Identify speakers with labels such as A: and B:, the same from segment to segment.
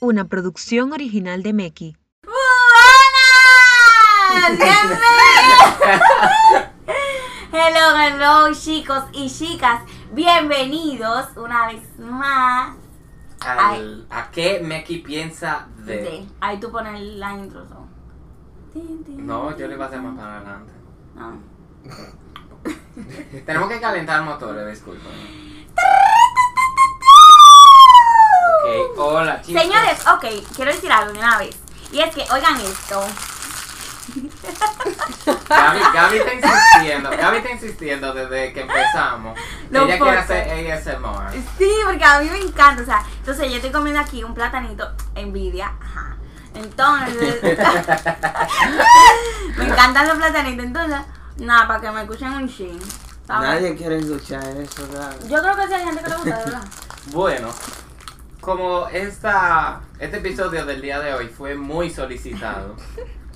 A: Una producción original de Meki.
B: ¡Buenas! ¡Bienvenidos! Hello, hello, chicos y chicas. Bienvenidos una vez más.
C: Al- ¿A qué Meki piensa de?
B: Sí, Ahí tú pones la intro. ¿no? Tin, tin,
C: No, yo le iba a hacer más para adelante. Tenemos que calentar motores, disculpen. ok, hola chicos.
B: Señores, ok, quiero decir algo de una vez. Y es que, oigan esto.
C: Gaby, Gaby está insistiendo, Gaby está insistiendo desde que empezamos.
B: No
C: Ella quiere
B: importa.
C: hacer ASMR.
B: Sí, porque a mí me encanta. O sea, entonces yo estoy comiendo aquí un platanito. Envidia. Ajá. Entonces. me encantan los platanitos. Entonces, nada, para que me escuchen un chin. ¿sabes?
D: Nadie quiere escuchar eso, claro.
B: Yo creo que sí hay gente que le gusta, de verdad.
C: Bueno, como esta, este episodio del día de hoy fue muy solicitado,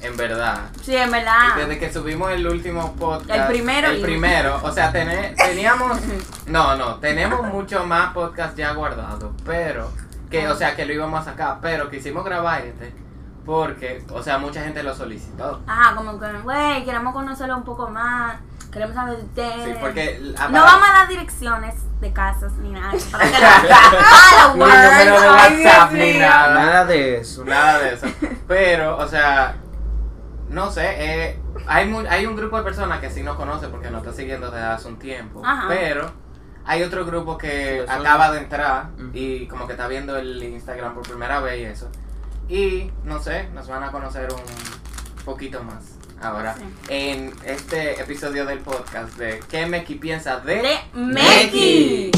C: en verdad.
B: Sí, en
C: Y
B: verdad.
C: Desde que subimos el último podcast.
B: Ah. El primero
C: El
B: y-
C: primero. O sea, tené- teníamos. No, no, tenemos mucho más podcast ya guardados. Pero. Que, o sea, que lo íbamos a sacar. Pero quisimos grabar este. Porque, o sea, mucha gente lo solicitó.
B: Ajá, como que, güey, queremos conocerlo un poco más. Queremos saber de ustedes.
C: Sí, porque. la-
B: Eh, No
C: para-
B: vamos a dar direcciones de casas ni nada. Para que la
C: Ni número de WhatsApp, ni nada.
D: Nada de eso.
C: Nada de eso. Pero, o sea. No sé, eh, hay, mu- hay un grupo de personas que sí nos conoce porque nos está siguiendo desde hace un tiempo.
B: Ajá.
C: Pero hay otro grupo que
D: Personas.
C: acaba de entrar
D: Ujú.
C: y como que está viendo el Instagram por primera vez y eso. Y no sé, nos van a conocer un poquito más ahora
B: Sí.
C: en este episodio del podcast de ¿Qué Meki piensa de?
B: De Meki.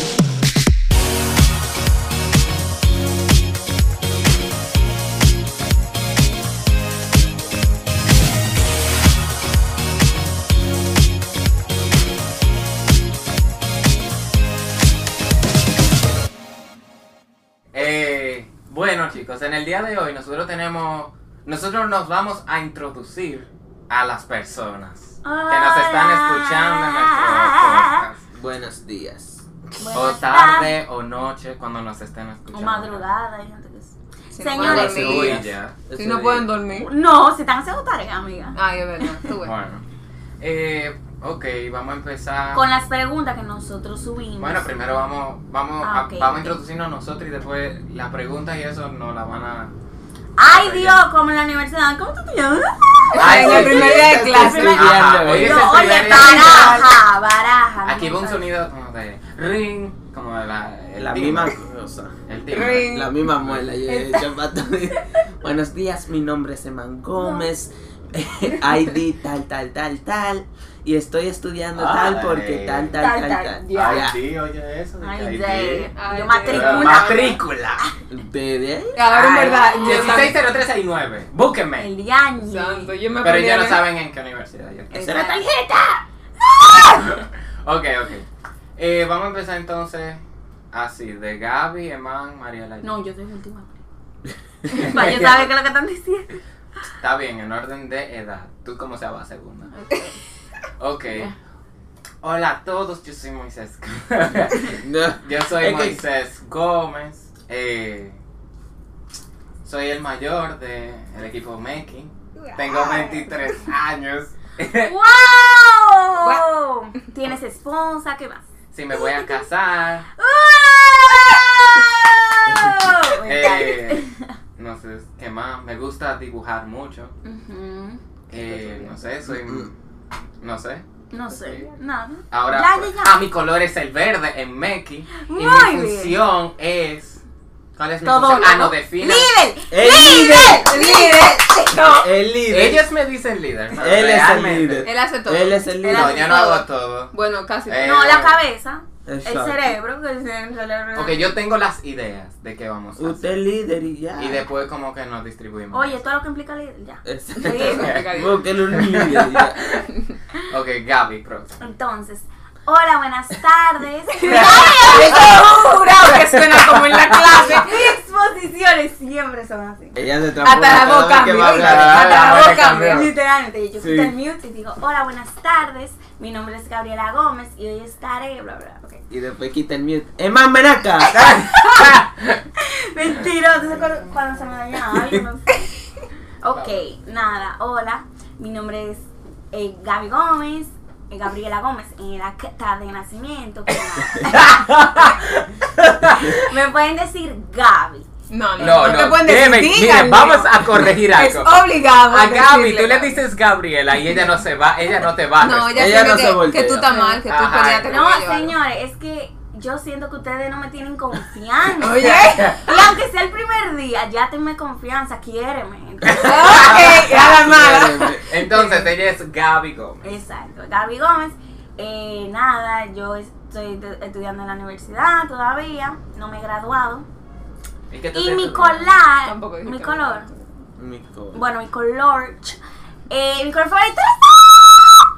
C: Eh, bueno chicos, en el día de hoy nosotros tenemos, nosotros nos vamos a introducir a las personas que nos están
B: Hola.
C: escuchando en nuestro podcast.
D: Buenos días.
C: O tarde o noche cuando nos estén escuchando.
B: O madrugada, hay gente que es-
E: Si
B: Señores.
E: no
C: Algo
E: pueden
C: así,
E: dormir.
C: uy, ya.
E: Si
D: Ese
E: no
D: día.
E: pueden dormir.
B: No, si están haciendo tarea, amiga.
E: Ay, es verdad. Tú ves.
C: Bueno. Eh, ok, vamos a empezar.
B: Con las preguntas que nosotros subimos.
C: Bueno, primero vamos, vamos,
B: Ah,
C: a,
B: ok,
C: vamos a
B: ok.
C: introducirnos nosotros y después las preguntas y eso nos las van a.
B: Ay, Dios, como en la universidad. ¿Cómo tú te llamas?
E: Ay, en
C: sí,
E: el primer
C: sí,
E: día de
C: sí,
E: clase.
C: sí, sí. Ajá, oye,
B: No,
C: ese
B: oye,
C: primer día de clase.
B: baraja, baraja.
C: Aquí
B: no
C: va un
B: sabes.
C: sonido como de ring, como de la, el
D: La
C: timbre,
D: misma cosa.
C: El timbre.
E: Ring.
D: La misma muela. Yo he hecho pa' todo. Buenos días, mi nombre es Eman Gómez. ID tal, tal, tal, tal. Y estoy estudiando
C: Ay.
D: tal porque tal, tal,
E: Tal,
D: tal,
E: tal,
D: tal.
E: ya.
C: Ay,
D: Ya.
C: sí, oye eso. de que
B: Ay,
C: hay
B: de.
E: Ay,
B: Yo
E: de-
C: timbre.
B: matricula.
C: Matrícula.
D: De- de-
E: Ahora en
C: Ay,
E: verdad. Yo, también-
C: 160369. Búsquenme.
B: El diañe.
E: Santo, yo me
C: Pero
E: ponía
C: ya no
E: en-
C: saben en qué universidad yo estoy.
D: Esa era tal-
C: Ok, ok. Eh, vamos a empezar entonces así, de Gaby, Eman, Mariela. y-
B: No, yo soy última. Para yo saber qué es lo que están diciendo.
C: Está bien, en orden de edad. Tú como se va segunda. Ok. Hola a todos, yo soy Moisés.
D: No.
C: yo soy
D: Es que-
C: Moisés Gómez. eh, soy el mayor del equipo Meki.
B: Ah.
C: Tengo 23 años.
B: ¡Wow! Tienes esposa, ¿qué más?
C: Si me voy a casar.
B: ¡Wow! Me encanta.
C: eh, no sé qué más. Me gusta dibujar mucho.
B: Ujú.
C: Eh, no sé, soy.
D: Mm.
C: No sé.
B: No sé, nada.
C: Ahora,
B: Ya,
C: pues,
B: ya, ya.
C: ah, mi color es el verde en Meki. Y
B: Muy
C: mi
B: bien.
C: función es. ¿Cuál es mi
B: Todo
C: función? Ah,
B: loco.
C: no, defina.
B: ¡Líder!
D: El
B: ¡Líder! ¡Líder!
D: El líder.
C: Ellos me dicen líder. ¿no?
D: Él es el
C: Realmente.
D: líder.
E: Él hace todo.
D: Él es el
C: No,
D: líder.
C: yo no hago todo.
E: Bueno, casi.
C: Eh,
B: No, la cabeza. El
D: Exacto.
B: cerebro, que es el cerebro.
C: Ok, yo tengo las ideas de qué vamos a
D: Usted
C: hacer.
D: es líder y ya.
C: Y después, como que nos distribuimos.
B: Oye, todo lo que implica líder, ya.
D: Exacto.
E: Sí,
D: Búsquelo un líder y ya.
C: Ok, Gaby, próximo.
B: Entonces, hola, buenas tardes.
E: Jurado que suena como en la clase.
B: Mis exposiciones siempre son así.
D: Ella se transforma
E: Hasta la
D: cada
E: boca,
D: vez que
E: mi
D: va a
C: mira,
D: hablar.
C: Ah, la
E: Hasta la
C: boca
E: boca,
C: cambió.
E: mi-
B: Literalmente, yo
D: Sí.
B: quito el mute y digo, hola, buenas tardes. Mi nombre es Gabriela Gómez y hoy estaré, bla, bla, bla. ok.
D: Y después quita el mute. ¡Emma, ven acá!
B: Mentiroso, entonces cuando, cuando se me daña algo, no sé. Ok, nada, hola. Mi nombre es eh, Gaby Gómez, eh, Gabriela Gómez, en el acta de nacimiento. que- me pueden decir Gaby.
E: No, no,
C: No,
E: no. te
C: no,
E: pueden decir,
C: dime,
E: díganle.
C: miren, vamos a corregir
E: Es
C: algo.
E: obligado.
C: A Gaby,
E: decirle,
C: tú le
E: Gaby.
C: dices Gabriela y ella no se va, ella no te va. a
E: No,
C: responder.
E: ya
D: Ella
E: sé
D: no se
E: que,
D: voltea.
E: que tú estás mal, que tú
C: Ajá,
E: peleaste
B: No,
E: con ella.
B: señores, es que yo siento que ustedes no me tienen confianza.
E: Oye.
B: Y aunque sea el primer día, ya tenme confianza, quiéreme. Entonces,
E: Ok, a la mala.
C: Entonces ella es Gaby Gómez.
B: Exacto, Gaby Gómez. eh, nada, yo estoy de- estudiando en la universidad todavía, no me he graduado.
C: ¿Y, qué tú
B: Y
C: te
B: mi
C: estudias?
B: color,
E: Tampoco dije
B: mi
E: que-
B: color,
D: Mi co-
B: bueno, mi color, ch- eh, mi color favorito es...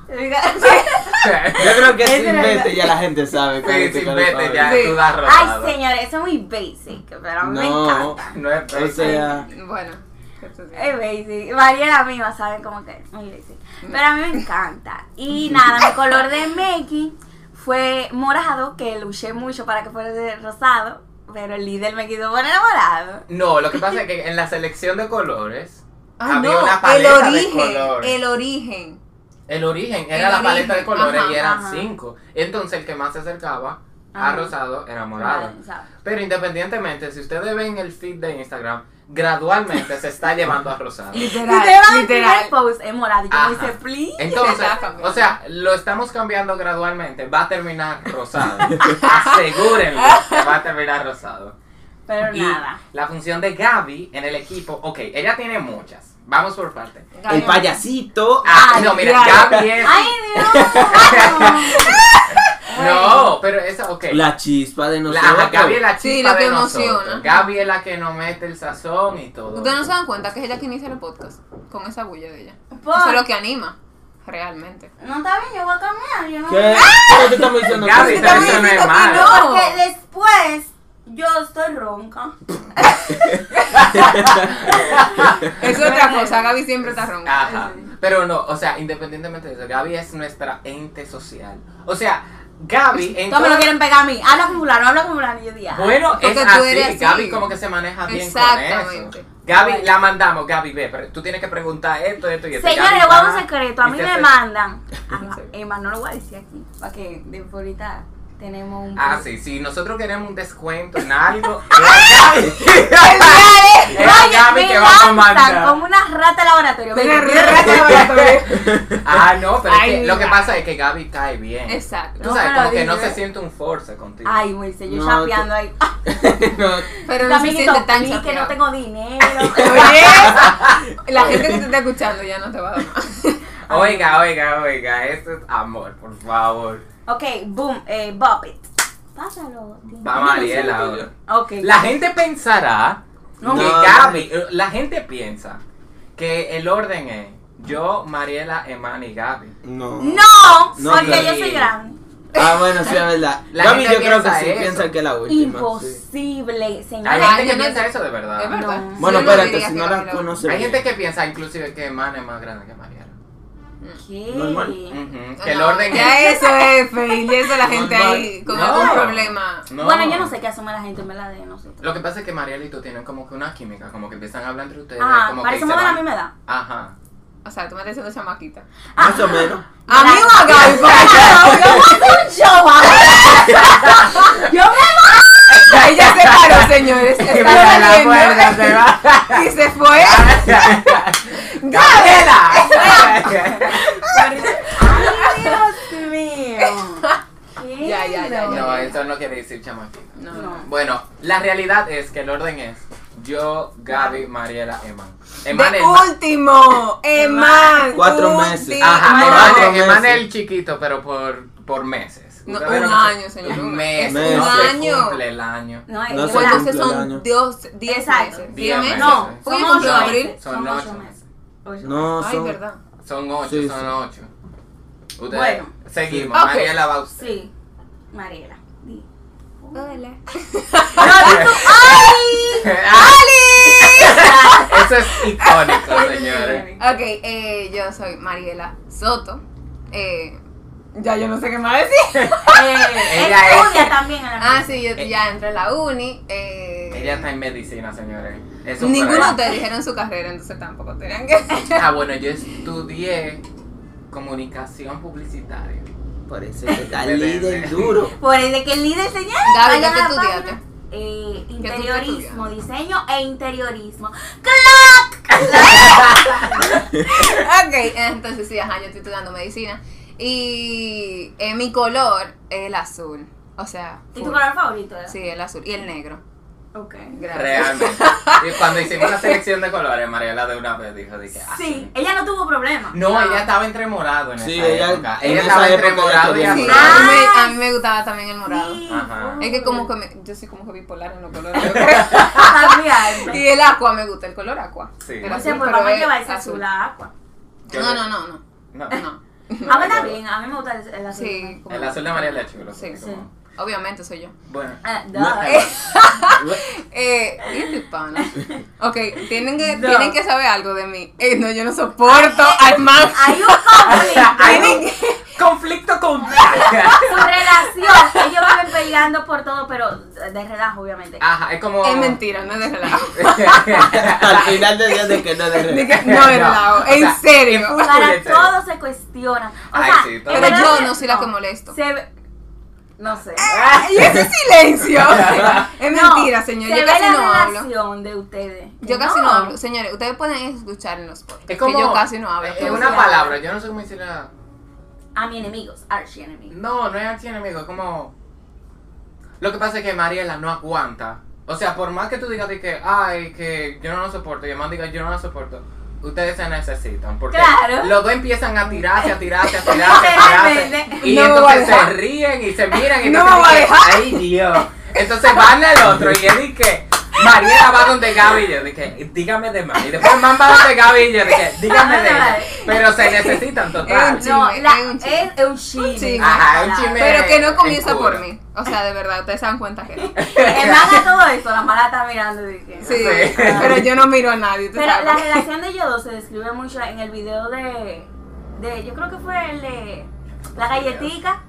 D: Yo creo que
B: Es
D: sin
B: verdad.
D: vete ya la gente sabe cuál
C: Sí,
D: es tu
C: sí,
D: color
C: vete
D: favorito.
C: ya,
E: Sí.
C: tú das
B: Ay,
C: rosado.
B: señores, eso es muy basic, pero a mí me
D: No.
B: encanta.
C: No es
D: O sea,
E: Bueno. que tú digas.
B: Es basic. María la misma, saben cómo que es muy basic. Pero a mí me encanta. Y nada, mi color de Meki fue morado, que luché mucho para que fuera de rosado. Pero el líder me quiso poner morado.
C: No, lo que pasa es que en la selección de colores
E: Ah,
C: había
E: no,
C: una
E: el
C: paleta de
E: origen,
C: colores.
E: el origen.
C: El origen
E: El
C: era la paleta de
E: origen,
C: colores
E: ajá,
C: y eran
B: ajá.
C: cinco. Entonces el que más se acercaba a
B: Ajá.
C: rosado era morado.
B: ¿sabes?
C: Pero independientemente, si ustedes ven el feed de Instagram, gradualmente se está llevando a rosado.
B: Y
E: Literal,
B: te va
E: literal.
B: el primer post es morado. Y yo
C: Ajá.
B: me hice please.
C: Entonces,
E: Se está cambiando.
C: o sea, lo estamos cambiando gradualmente. Va a terminar rosado. Asegúrenlo que va a terminar rosado.
B: Pero
C: Y
B: nada.
C: la función de Gaby en el equipo, ok, ella tiene muchas. Vamos por parte.
E: Gaby.
D: el payasito.
C: Ah,
E: Ay,
C: no, mira,
E: claro.
C: Gaby es.
B: ¡Ay, Dios!
C: No, pero esa, ok.
D: La chispa de
C: La-
D: nosotros.
C: ajá, Gaby es la
E: Sí,
C: chispa
E: la que
C: de nosotros.
E: emociona.
C: Gaby es la que nos mete el sazón y todo.
E: Ustedes no se dan cuenta que es ella que inicia el podcast con esa bulla de ella.
B: Por-
E: Eso es lo que anima, realmente.
B: No está bien, yo voy a cambiar. Yo no
D: ¿Qué? ¿Qué tú estás diciendo?
C: Gaby,
D: que-
C: pero eso no es malo.
E: no.
B: Porque después yo estoy ronca.
E: Es otra cosa, Gaby siempre está ronca.
C: Ajá. Pero no, o sea, independientemente de eso, Gaby es nuestra ente social. O sea, Gaby en
B: Todos me lo
C: toda-
B: quieren pegar a mí. Habla con fulano, habla con fulano. Y yo digo, ah,
C: Bueno,
E: Porque
C: es
E: tú
C: así.
E: eres así.
C: Gaby como que se maneja bien con eso.
E: Exactamente.
C: Gaby, la mandamos, Gaby, ve, pero tú tienes que preguntar esto, esto y esto.
B: Señores,
C: Gaby
B: yo voy a
C: va,
B: un secreto. A mí
C: y se
B: me
C: hace-
B: mandan. Ajá, Emma, no lo voy a decir aquí. Para que de por ahorita tenemos un.
C: Ah, sí, si nosotros queremos un descuento en algo, Eh, es Gaby, es
B: Oye,
C: Gaby
B: me
C: que vamos a
B: lanzan
C: mandar.
B: Como una rata de laboratorio.
E: Una
B: Ven,
E: rata
B: ven,
E: de laboratorio.
C: Ah, no, pero es
E: Ay,
C: que lo que
E: Gaby.
C: pasa es que Gaby cae bien.
E: Exacto.
C: Tú
B: No,
C: sabes,
B: pero
C: como que no
B: dime.
C: se siente un force contigo.
B: Ay, Wilson, yo
D: No,
B: chapeando ahí. Ah,
D: No,
E: Pero no se
B: amiguito,
E: siente tan
B: vi que no
E: chapeado.
B: tengo dinero.
E: Oye, la gente que te está escuchando ya no te va a dar más.
C: Oiga, oiga, oiga, esto es amor, por favor.
B: ok, boom, eh, bop it. Pásalo. tío.
C: Va Mariela ahora.
B: Ok.
C: La gente pensará
D: No.
C: que Gaby, eh, la gente piensa que el orden es yo, Mariela, Emani y Gaby.
D: no.
B: No,
D: No,
B: porque
D: Gaby.
B: yo soy grande.
D: Ah, bueno, sí, es verdad.
C: La
D: Gaby,
C: gente
D: yo creo que
C: piensa
D: sí
C: eso.
D: piensa que es la última. sí.
B: Imposible,
C: Hay
B: señora.
E: Ay,
C: gente
E: yo
C: que
E: no
C: piensa
E: sé.
C: eso de
E: Es
C: verdad.
E: verdad.
B: Ah, No.
D: Bueno,
E: Yo no
D: espérate,
E: diría
D: si
E: que
D: no
E: Gaby
D: la
E: la-
D: conoce.
C: Hay gente que piensa inclusive que Emani es más grande que Mariela.
B: ¿Qué?
E: Normal.
C: Ujú, Que el orden es...
E: Ya eso es, Fe, y eso la gente
D: Normal.
E: ahí con
C: No.
E: algún problema.
C: No.
B: Bueno, yo no sé qué asume la gente, me la de nosotros.
C: Lo que pasa es que Mariela y tú tienen como que una química, como que empiezan a hablar entre ustedes.
B: Ah,
C: Eh, como que se
B: parecemos de la
C: van.
B: misma edad.
C: Ajá.
E: O sea, tú me estás diciendo chamaquita.
D: Más o menos.
E: A mí o a Gaby, porque
B: ¡Vamos a hacer un show ahora! ¡Yo me
E: ella se paró, señores.
C: Que
E: Está
C: me da la
E: saliendo.
C: puerta, se va.
E: Y se fue.
C: ¡Gabriela!
B: ¡Dios mío! ¿Qué?
E: Ya, ya, ya, ya.
C: No, eso no quiere decir chamaquita.
E: No,
B: No.
C: Bueno, la realidad es que el orden es yo, Gaby, Mariela, Eman. Eman
E: De
C: es
E: último, Eman.
D: Cuatro
E: último.
D: meses.
C: Ajá,
D: Eman.
C: Eman, es-
D: Cuatro
C: Eman es
D: meses.
C: el chiquito, pero por, por meses.
E: No,
C: Ustedes
E: un
C: no saben.
E: año, señor.
C: Un mes.
E: Es
D: un
C: no se
E: año.
C: cumple el año.
B: No, es
D: No
B: que la-
D: sé
E: Bueno,
D: cómo-
E: entonces
D: Cumple el año.
E: son dos, diez
B: Exacto.
E: meses.
C: Diez
E: ¿Diez meses?
C: meses.
E: No,
B: Son
E: hoy cumplió
B: ocho
E: abril.
B: meses.
C: Son
B: Son
C: ocho
B: ocho meses. Ocho meses.
D: No,
E: Ay,
D: son.
E: verdad.
C: Son ocho,
D: Sí,
C: son
D: sí.
C: ocho. Ustedes,
B: Bueno.
C: seguimos.
E: Ok.
C: Mariela va a usted.
B: Sí, Mariela. di.
E: Hola.
C: Eso es icónico, señores.
E: Ok, eh, yo soy Mariela Soto. Eh, ya yo no sé qué más decir.
B: Eh,
C: Ella es-
B: estudia también en la
E: Ah, sí, yo ya entré a la uni. Eh,
C: Ella está en medicina, señores. Eso
E: Ninguno
C: fue.
E: te dijeron su carrera, entonces tampoco tenían que.
C: Ah, bueno, yo estudié comunicación publicitaria.
D: Por eso es que está
C: Bebé,
D: líder
C: bebé.
D: duro.
B: Por el de que el líder señala.
E: Gaby,
B: vayan
E: ¿qué
B: a
E: tú
B: la
E: estudiaste?
B: página. Eh,
E: tú
B: interiorismo, diseño e interiorismo. ¡Clac!
E: Ok, entonces sí, ajá, yo estoy estudiando medicina. Y eh, mi color es el azul. O sea.
B: ¿Y tu
E: full.
B: color favorito? era?
E: Sí, Ah, el azul. Y el negro.
B: Ok.
E: Gracias.
C: Realmente. Y cuando hicimos la selección de colores, Mariela de una vez dijo, dije, ah,
B: Sí, ella no tuvo problema.
C: No, ella estaba entre morado en
D: Sí,
C: esa
D: ella-
C: época.
D: en
C: Ella
D: esa
C: estaba entre
D: época
C: morado y
D: ella
E: Sí,
D: tenía
C: azul.
E: a, mí,
B: Ah,
E: a mí me gustaba también el morado.
B: Sí.
C: Ajá.
E: Es que como que me- yo soy como que bipolar en los colores. yo creo.
B: Ah, Cambiarte.
E: y el aqua me gusta, el color aqua.
C: Sí.
E: Pero
B: O
E: azul,
B: sea, pues
E: pero
B: vamos a
E: es
B: llevar ese azul a agua.
C: Yo
E: No,
C: le-
E: no, no, no.
C: No.
E: no.
B: A mí también, a mí me gusta el, el azul.
E: Sí. como-
C: El azul de Mariela es chulo.
E: Sí,
C: porque como-
E: Obviamente soy yo.
C: Bueno.
B: Ah, duh.
D: No.
B: Eh,
E: Eh, y este pana. Ok, tienen que,
B: No.
E: tienen que saber algo de mí. Eh, no, yo no soporto al man.
B: Hay un conflicto.
C: Hay un conflicto con...
B: Su relación. Ellos viven peleando por todo, pero de relajo, obviamente.
C: Ajá, es como...
E: Es mentira, no es de relajo.
D: Al final te dio de que no de
E: De
D: re-
E: que- no es
C: No.
E: relajo,
C: O
E: en
C: sea,
E: serio.
C: es-
B: Pues Para
C: Julieta.
B: todo se cuestiona. O
C: Ah, Ay,
B: sea,
C: sí, todo.
B: en
E: Pero
B: verdad
E: yo
B: se-
E: no soy la que molesto.
B: Se ve- No sé.
E: Y ese silencio. Es
B: No,
E: mentira, señor.
B: se ve
E: Yo casi
B: la
E: no hablo.
B: relación de ustedes.
E: Yo casi no hablo. Señores, ustedes pueden escuchar en los podcasts.
C: Es como...
E: Que yo casi no hablo.
C: Es
E: que
C: una
E: ustedes-
C: palabra, yo no sé cómo decirla.
B: A mis enemigos, archie enemigos.
C: No, no es archienemigo, es como... Lo que pasa es que Mariela no aguanta. O sea, por más que tú digas de que, ay, que yo no lo soporto, y el man diga, yo no lo soporto, ustedes se necesitan. Porque
B: Claro.
C: los dos empiezan a tirarse, a tirarse, a tirarse, a tirarse.
B: Literalmente.
C: Y
E: No me voy a
C: entonces se
E: dejar.
C: ríen y se miran y
E: No
C: entonces
E: me voy a
C: dicen,
E: dejar.
C: ay, Dios. Entonces van al otro y él dice, Mariela va donde Gaby y yo dije, dígame de más. Y después el man va donde Gaby y yo dije, dígame de ella. Pero se necesitan total.
E: Es
B: No,
E: chisme,
B: la-
E: es un chisme.
B: es es un chisme.
E: Un chisme.
C: Ajá, es un chisme.
E: Pero que no
C: en
E: comienza por
C: cura.
E: mí. O sea, de verdad, ustedes se dan cuenta que no.
B: El man a todo eso, la mala está mirando y diciendo.
E: Sí,
C: Sí.
E: pero yo no miro a nadie. ¿tú
B: Pero
E: sabes?
B: la relación de ellos dos se describe mucho en el video de, de yo creo que fue el de la galletica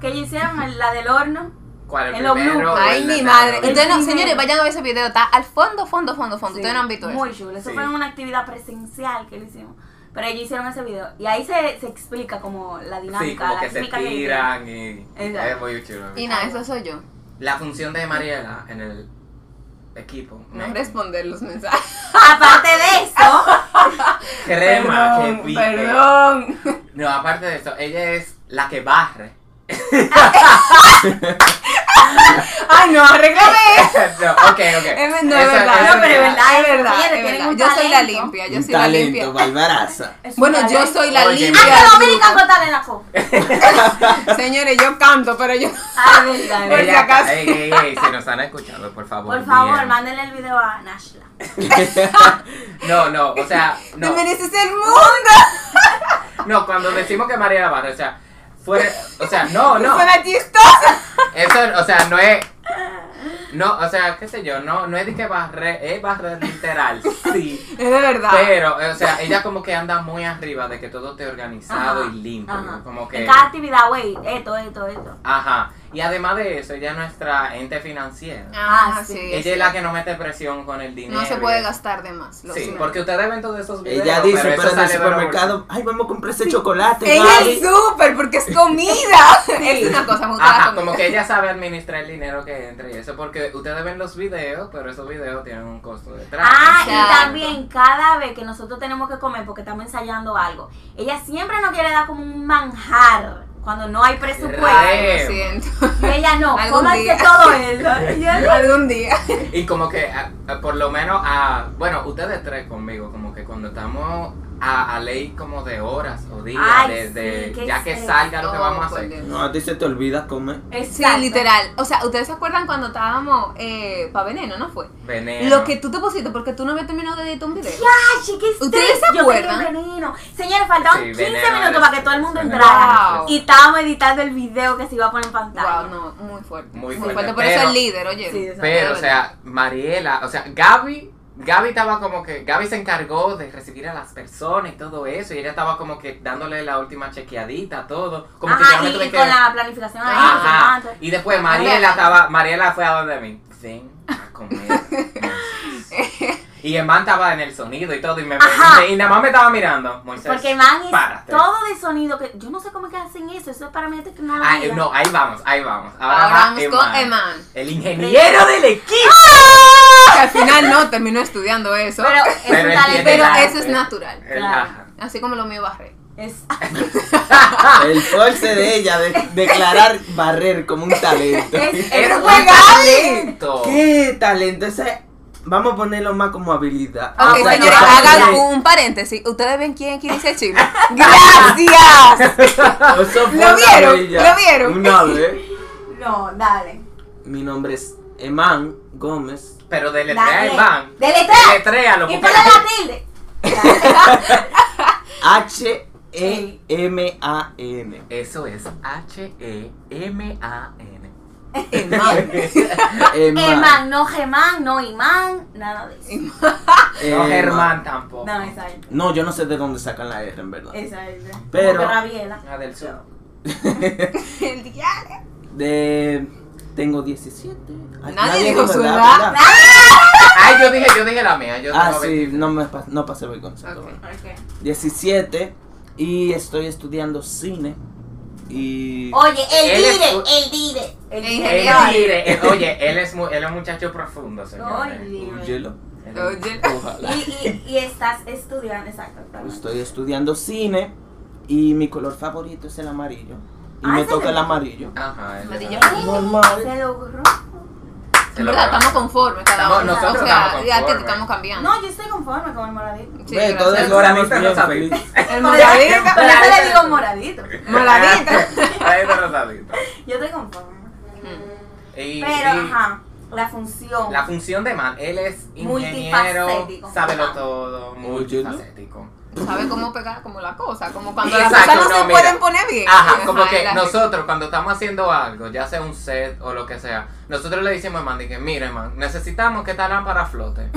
B: que ellos hicieron, el- la del horno.
C: ¿Cuál es
B: En
C: el
B: los
C: primero?
B: blue.
C: o el
E: Ay,
C: de
E: mi
C: la
E: madre.
C: tarde?
E: Ustedes no,
B: primero.
E: señores, vayan a ver ese video. Está al fondo, fondo, fondo, fondo. Ustedes no han visto eso.
B: Muy chulo, eso
C: Sí.
B: fue en una actividad presencial que le hicimos. Pero ellos hicieron ese video y ahí se, se explica como la
C: Sí,
B: dinámica,
C: como
B: la
C: que se
B: química que ellos
C: tiran y.
B: Exacto.
C: Es muy chulo.
E: Y nada, eso soy yo.
C: La función de Mariela en el equipo.
E: No
C: me-
E: responder los mensajes.
B: tienen. Aparte de eso,
C: Crema que pique.
E: perdón.
C: No, aparte de eso, ella es la que barre.
E: Ay, no, arreglame eso.
C: no, ok, ok.
E: Es ver- no, es
C: Eso-
E: verdad.
C: eso
B: no, pero es verdad,
E: Es verdad.
B: señores,
E: es
B: tienen
E: verdad.
B: un
E: Yo soy la
B: talento.
E: limpia. Yo
D: Un
E: soy la limpia.
D: talento, Barbaraza.
B: es un
E: Bueno, yo
B: talento.
E: soy la
C: Oye,
E: limpia.
C: mira.
B: Ah,
E: del
B: que Dominica
E: grupo.
B: contarle la copa.
E: Señores, yo canto, pero yo.
B: Ah, es verdad, es
E: Por si
C: Ella,
B: verdad.
E: acaso.
C: ey, ey, ey, si nos han escuchado, por favor.
B: Por favor,
C: bien.
B: mándenle el video a Nashla.
C: No, no, o sea,
E: ¡Te
C: no.
E: mereces el mundo!
C: No, cuando decimos que Mariela barre, o sea, fue. O sea, no, no.
E: ¡Suena chistosa!
C: Eso, o sea, no es. No, o sea, qué sé yo, no, no es de que barre, es barrer literal, sí.
E: Es de verdad.
C: Pero, eh, o sea, ella como que anda muy arriba de que todo esté organizado
B: Ajá,
C: y limpio.
B: ajá.
C: ¿no? Como que.
B: En cada actividad, güey, esto, esto, esto.
C: Ajá. Y además de eso, ella es nuestra ente financiera.
E: Ah,
B: Ah,
E: sí.
B: sí.
C: ella
E: sí.
C: es la que no mete presión con el dinero.
E: No se puede
C: y-
E: gastar de más. lo
C: Sí,
E: siento.
C: porque ustedes ven todos esos videos.
D: Ella dice,
C: eso
D: pero en el
C: sale de la
D: supermercado, ay, vamos a comprar ese chocolate,
E: Ella
D: Gaby.
E: es súper porque es comida. Es una cosa, me
C: bolsa.
E: gusta la
C: Ajá,
E: comida.
C: como que ella sabe administrar el dinero que entra y eso, porque ustedes ven los videos, pero esos videos tienen un costo detrás.
B: Ah,
E: Exacto.
B: y también cada vez que nosotros tenemos que comer porque estamos ensayando algo, ella siempre nos quiere dar como un manjar cuando no hay presupuesto.
C: Re-
E: Ay, lo siento.
B: Y ella no,
E: Algún
B: cómanse
E: día.
B: todo eso. Y yo,
E: Algún día.
C: Y como que, a- a- por lo menos, a, bueno, ustedes tres conmigo, como que cuando estamos a, a ley como de horas o días,
B: Ay,
C: de, de-
B: sí, qué
C: ya que
B: estrés.
C: salga lo que
E: Oh,
C: vamos a
E: por
C: hacer.
E: Dios.
D: No, a ti se te olvida comer.
E: Sí,
B: Exacto.
E: literal. O sea, ¿ustedes se acuerdan cuando estábamos eh, para veneno, no fue?
C: Veneno.
E: Lo que tú te pusiste porque tú no habías terminado de editar un video.
B: Ay, chiquis,
E: ¿Ustedes se
B: yo tenía
E: acuerdan?
B: un veneno. Señores, faltaban
C: Sí,
B: 15
C: veneno
B: minutos
C: era
B: para que
C: estrés,
B: todo el mundo
C: veneno
B: entrara.
C: era
E: Wow.
C: estrés.
B: Y estábamos editando el video que se iba a poner en pantalla.
E: Wow, no, muy fuerte.
C: Muy fuerte,
E: Por eso
C: pero-
E: es líder, oye.
B: Sí, exacto.
C: Pero, o sea, Mariela, o sea, Gaby, Gaby estaba como que, Gaby se encargó de recibir a las personas y todo eso, y ella estaba como que dándole la última chequeadita, todo, como que
B: Ajá,
C: yo me
B: y,
C: tuve
B: y
C: que...
B: con la planificación ahí, no sé
C: Ajá.
B: cuánto.
C: Y después Mariela estaba, Mariela fue a donde mí. ven a comer. Moisés". y el man estaba en el sonido y todo, y, me,
B: Ajá.
C: y nada más me estaba mirando, Moisés.
B: Porque van es
C: párate.
B: todo de sonido que yo no sé cómo es que hacen eso, eso es para mí tecnología.
C: Ah, eh, no, ahí vamos, ahí vamos. Ahora,
E: Ahora
C: va
E: vamos con Eman.
C: El ingeniero del equipo.
E: Que al final no terminó estudiando eso.
B: Pero es
C: Pero
B: un
C: él
B: talento.
C: tiene
E: Pero
C: la-
E: eso es natural.
C: el-
B: Claro.
C: ajá.
E: Así como lo mío barré.
B: Es-
E: Ah.
D: El force de ella de declarar barrer como un talento.
B: Es-
C: Era
B: es
C: un
B: juega-
C: talento.
D: ¡Qué talento! Ese, vamos a ponerlo más como habilidad. Ah,
E: Ok,
D: O sea,
E: señores,
D: que-
E: hagan un paréntesis. ¿Ustedes ven quién, quién dice chile? ¡Gracias!
D: Eso fue
E: ¿Lo
D: una
E: vieron?
D: bella.
E: ¿Lo vieron?
D: Una vez.
B: No, dale.
D: Mi nombre es Eman Gómez.
C: Pero de letrea
B: Dale.
C: el van.
B: Deletrea.
C: Deletréalo,
B: Y
C: porque-
B: ponle la tilde.
D: E H-E-M-A-N.
C: Eso es E H-E-M-A-N.
E: Eman.
D: Eman.
B: Eman, no Gemán, no Imán, nada de eso.
C: No,
D: Eman.
C: Germán tampoco.
B: No, esa es.
D: Eh, No, yo no sé de dónde sacan la R en verdad.
B: Esa es.
D: Pero-
B: Como Gabriela.
C: La Ah, del sur.
E: El diablo.
D: De. Tengo 17. Ay,
E: Nadie dijo su edad.
D: ¿verdad?
C: Ay, yo dije, yo dije la mía. Yo
D: Ah,
C: tengo
D: sí,
C: 20.
D: no, me, pas- no pasé el concepto.
E: Ok.
B: Ok.
D: 17. Y estoy estudiando cine. Y.
B: Oye, el
C: Él es-
B: Dide, el Dide. El
E: Ey,
B: Dide.
E: ey,
C: Él
E: Genial.
C: mire, él- oye, él es, mu- él es un muchacho profundo, señor.
B: Ay, Dios.
D: Óyelo,
E: Oye.
D: Ojalá.
B: Y, y, y estás estudiando, exacto. exactamente.
D: Estoy estudiando cine. Y mi color favorito es el amarillo. Y
B: Ah,
D: me
B: ¿en
D: toca el
B: serio?
D: amarillo.
C: Ajá. él es-
E: Amarillo.
D: Normal.
B: Se logró.
C: se
E: En
C: lo
E: verdad,
C: grabó.
E: estamos conformes cada
C: Estamos-
E: uno.
C: nosotros
E: o sea,
C: estamos
E: ya que
C: conformes.
E: estamos cambiando.
B: No, yo estoy conforme con el moradito.
E: Sí,
D: Ve,
E: gracias.
D: todo
C: El
D: eso era
C: moradito
D: bien
C: no sabía.
D: feliz.
E: El
B: Por eso-
E: moradito.
B: Por eso le digo moradito.
E: Moradito.
C: Ahí está rosadito.
B: Yo estoy conforme.
C: Y-
B: Pero,
C: y-
B: ajá, la función.
C: La función de man, él es ingeniero,
B: Multifacético.
C: sábelo
B: Ajá.
C: todo, multifacético.
E: ¿Sabe cómo pegar? Como la cosa. Como cuando las
C: Exacto,
E: cosas
C: no,
E: no, se
C: mira.
E: pueden poner bien.
C: Ajá, como que
E: la-
C: nosotros cuando estamos haciendo algo, ya sea un set o lo que sea, nosotros le decimos a man, de que mire man, necesitamos que esta lámpara flote.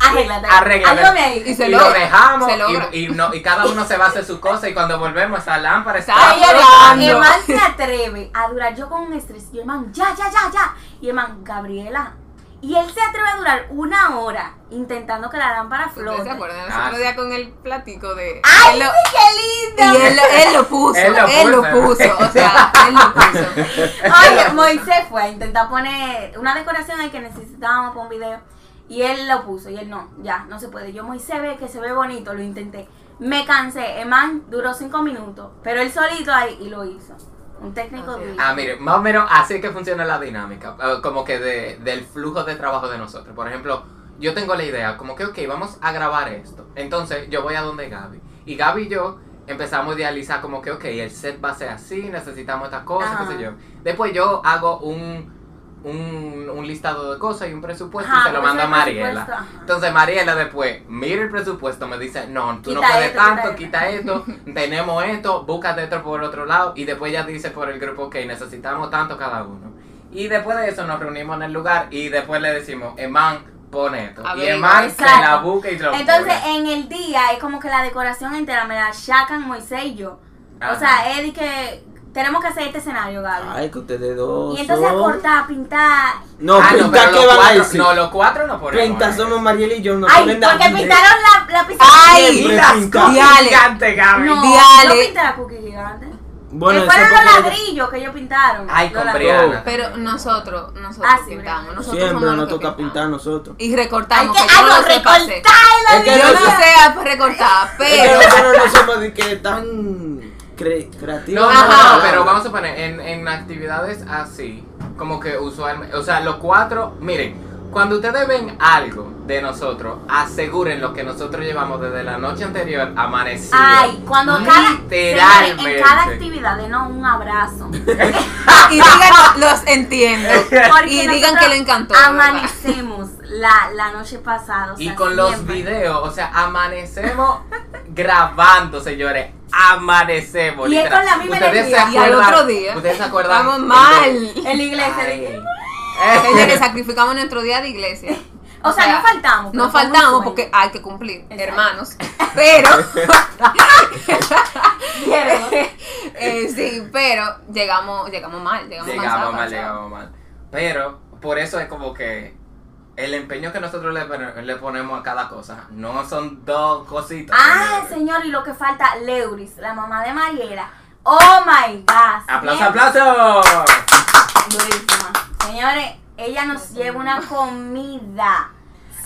B: Arréglate.
C: Arréglate.
B: Ayúdame ahí.
E: Y se
C: y
E: logra.
C: lo dejamos
E: se logra.
C: y, y no, y cada uno se va a hacer su cosa y cuando volvemos esa lámpara está
E: Está
C: flotando.
E: llorando.
B: El man se atreve a durar yo con un estrés. Y el man, ya, ya, ya, ya. Y el man, Gabriela. Y él se atreve a durar una hora intentando que la lámpara
E: ¿Ustedes
B: flote.
E: se acuerdan? El
C: Ah.
E: otro día con el platico de.
B: ¡Ay,
E: él lo-
B: sí, qué
E: y
B: lindo!
E: él, lo- él lo puso,
C: Él
E: él
C: lo
E: lo,
C: puso.
E: puso, o sea, él lo puso.
B: Oye, Moisés fue a intentar poner una decoración ahí que necesitábamos para un video. Y él lo puso. Y él no, ya, no se puede. Yo, Moisés, ve que se ve bonito. Lo intenté. Me cansé. El man duró cinco minutos. Pero él solito ahí y lo hizo. Un técnico
E: Así es.
B: de.
C: Ah, mire, más o menos así es que funciona la dinámica, eh, como que de- del flujo de trabajo de nosotros. Por ejemplo, yo tengo la idea, como que, ok, vamos a grabar esto. Entonces, yo voy a donde Gaby. Y Gaby y yo empezamos a idealizar como que, ok, el set va a ser así, necesitamos estas cosas,
B: Ajá.
C: qué sé yo. Después yo hago un, un, un listado de cosas y un presupuesto
B: Ajá,
C: y pues, se lo
B: porque
C: mando a
B: ese
C: Mariela.
B: presupuesto, ajá.
C: Entonces Mariela después mira el presupuesto, me dice, no, tú no
B: Quita
C: puedes
B: esto,
C: tanto,
B: quita
C: quita esto, tenemos esto, búscate esto por otro lado. Y después ella dice por el grupo, ok, necesitamos tanto cada uno. Y después de eso nos reunimos en el lugar y después le decimos, Eman, pon esto. y
E: Averigua.
C: Eman se
B: Exacto.
C: la busca y se lo
B: Entonces, eh,
C: pone.
B: en el día es como que la decoración entera me la achacan Moisés y yo.
C: Ajá.
B: O sea, él y que tenemos que hacer este escenario, Gaby.
D: Ay, que ustedes dos.
B: y entonces a
D: son-
B: cortar, a pintar.
D: No,
C: Ah, no,
D: pinta
C: pero
D: que
C: los
D: van a
C: cuatro,
D: decir.
C: no, los cuatro no ponemos.
D: Pinta
C: eh.
D: somos Mariel y yo. No
B: Ay,
D: tienen nada
B: porque
D: que ver.
B: pintaron la, la piscina.
E: ¡Ay!
D: Siempre
C: Las
D: pinta-
C: cookies
E: Dale.
C: gigantes, Gaby.
B: No,
E: Diale.
B: yo pinté la cookie gigante.
D: Bueno,
B: que
D: eso
B: fueron los
D: porque-
B: ladrillos que ellos pintaron.
C: Ay,
B: Los
C: con
B: ladrillos.
C: Brianna.
E: Pero nosotros, nosotros
B: Ah, sí, ¿verdad?
E: pintamos, nosotros somos
D: Siempre
E: los
D: nos
E: que
D: toca
E: pintamos.
D: pintar a nosotros.
E: Y
B: Hay
E: recortamos,
B: que
E: que yo no
B: algo
E: sé pa' hacer.
D: Es
B: recortarlo.
D: que
E: Yo
D: nosotros-
E: no sé recortar,
D: Pero
E: pero
D: nosotros no somos de que tan cre- creativos.
C: No, no,
E: Ajá.
C: no, pero vamos a poner en, en actividades así, como que usualmente, o sea, los cuatro, miren, cuando ustedes ven algo de nosotros, aseguren lo que nosotros llevamos desde la noche anterior amanecido.
B: Ay, cuando cada.
C: Literalmente.
B: señores, En cada actividad, denos un abrazo.
E: y digan los entiendo.
B: Porque
E: Y digan
B: nosotros
E: que le encantó. de verdad.
B: Amanecemos la, la noche pasada. o
C: Y
B: sea,
C: con los
B: siempre.
C: videos, o sea, amanecemos grabando, señores. Amanecemos.
B: Y es
C: literal.
B: con la misma
C: Ustedes se
B: energía.
E: Y al
C: acuerdan-
E: otro día,
C: Ustedes se acuerdan.
E: estamos mal.
B: En la iglesia.
C: Ay.
E: Señores, sacrificamos nuestro día de iglesia.
B: O sea, no faltamos, pero
E: No
B: fue un
E: faltamos
B: sueño.
E: porque hay que cumplir,
B: Exacto.
E: hermanos. Pero,
B: Quiero.
E: eh, sí, pero llegamos, llegamos mal, llegamos
C: Llegamos
E: cansados,
C: mal,
E: cansados.
C: llegamos mal. Pero, por eso es como que el empeño que nosotros le, pon- le ponemos a cada cosa no son dos cositas.
B: Ah, señor, y lo que falta, Leuris, la mamá de Mariela. Oh my God.
C: ¡Aplauso,
B: Bien,
C: aplauso!
B: durísima. Señores, ella nos lleva una comida.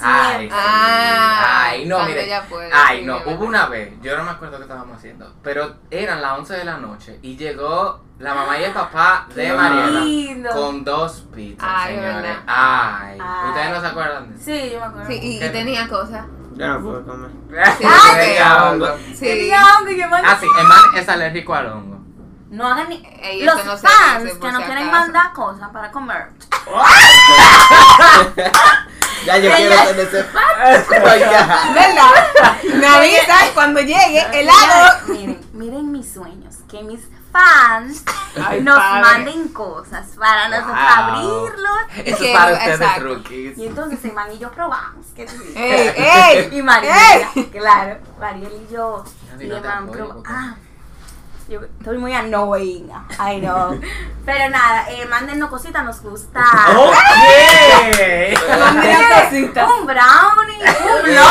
C: Ay,
B: Siempre.
C: sí.
E: Ah,
C: ay, no,
E: cuando
C: mire.
E: ella puede,
C: Ay,
E: sí,
C: no,
E: de verdad.
C: hubo una vez, yo no me acuerdo qué estábamos haciendo, pero eran las 11 de la noche y llegó la mamá y el papá de
B: Qué
C: Mariela
B: lindo.
C: con dos pizzas,
E: Ay,
C: señores.
E: verdad.
C: Ay,
B: Ay.
C: ustedes no se acuerdan de eso.
B: Sí, yo me acuerdo.
E: Sí, y, y tenía cosas.
D: Yo no puedo comer.
C: Qué diablo.
E: Sí.
B: hongo y yo mando-
C: Ah, sí, el man es alérgico al hongo.
B: No hagan ni.
E: Ey,
B: los
E: eso no se
B: fans
E: dice, por
B: que no
E: si
B: quieren
E: acaso.
B: mandar cosas para comer.
D: Ya yo quiero tener ese Oiga.
E: ¿Verdad? Me avisas cuando llegue Eh, helado.
B: Señores, Miren, miren mis sueños. Que mis fans
C: Ay,
B: nos
E: padre.
B: manden cosas para nosotros
C: Wow.
B: abrirlos.
C: Eso
E: Que-
C: es para ustedes,
E: exacto.
C: rookies.
B: Y entonces Iman y yo probamos. ¿Qué te digo?
E: ¡Ey, ey!
B: Y Mariela, claro. Mariela y yo.
C: Así
B: Y
C: no te
B: Iván,
C: apoyo,
B: pero-
C: porque-
B: ah, yo estoy muy annoying. I know. Pero nada, eh, mándenos cositas, nos gusta.
C: Oh,
B: Eh,
C: Ok.
B: Un brownie, un blog.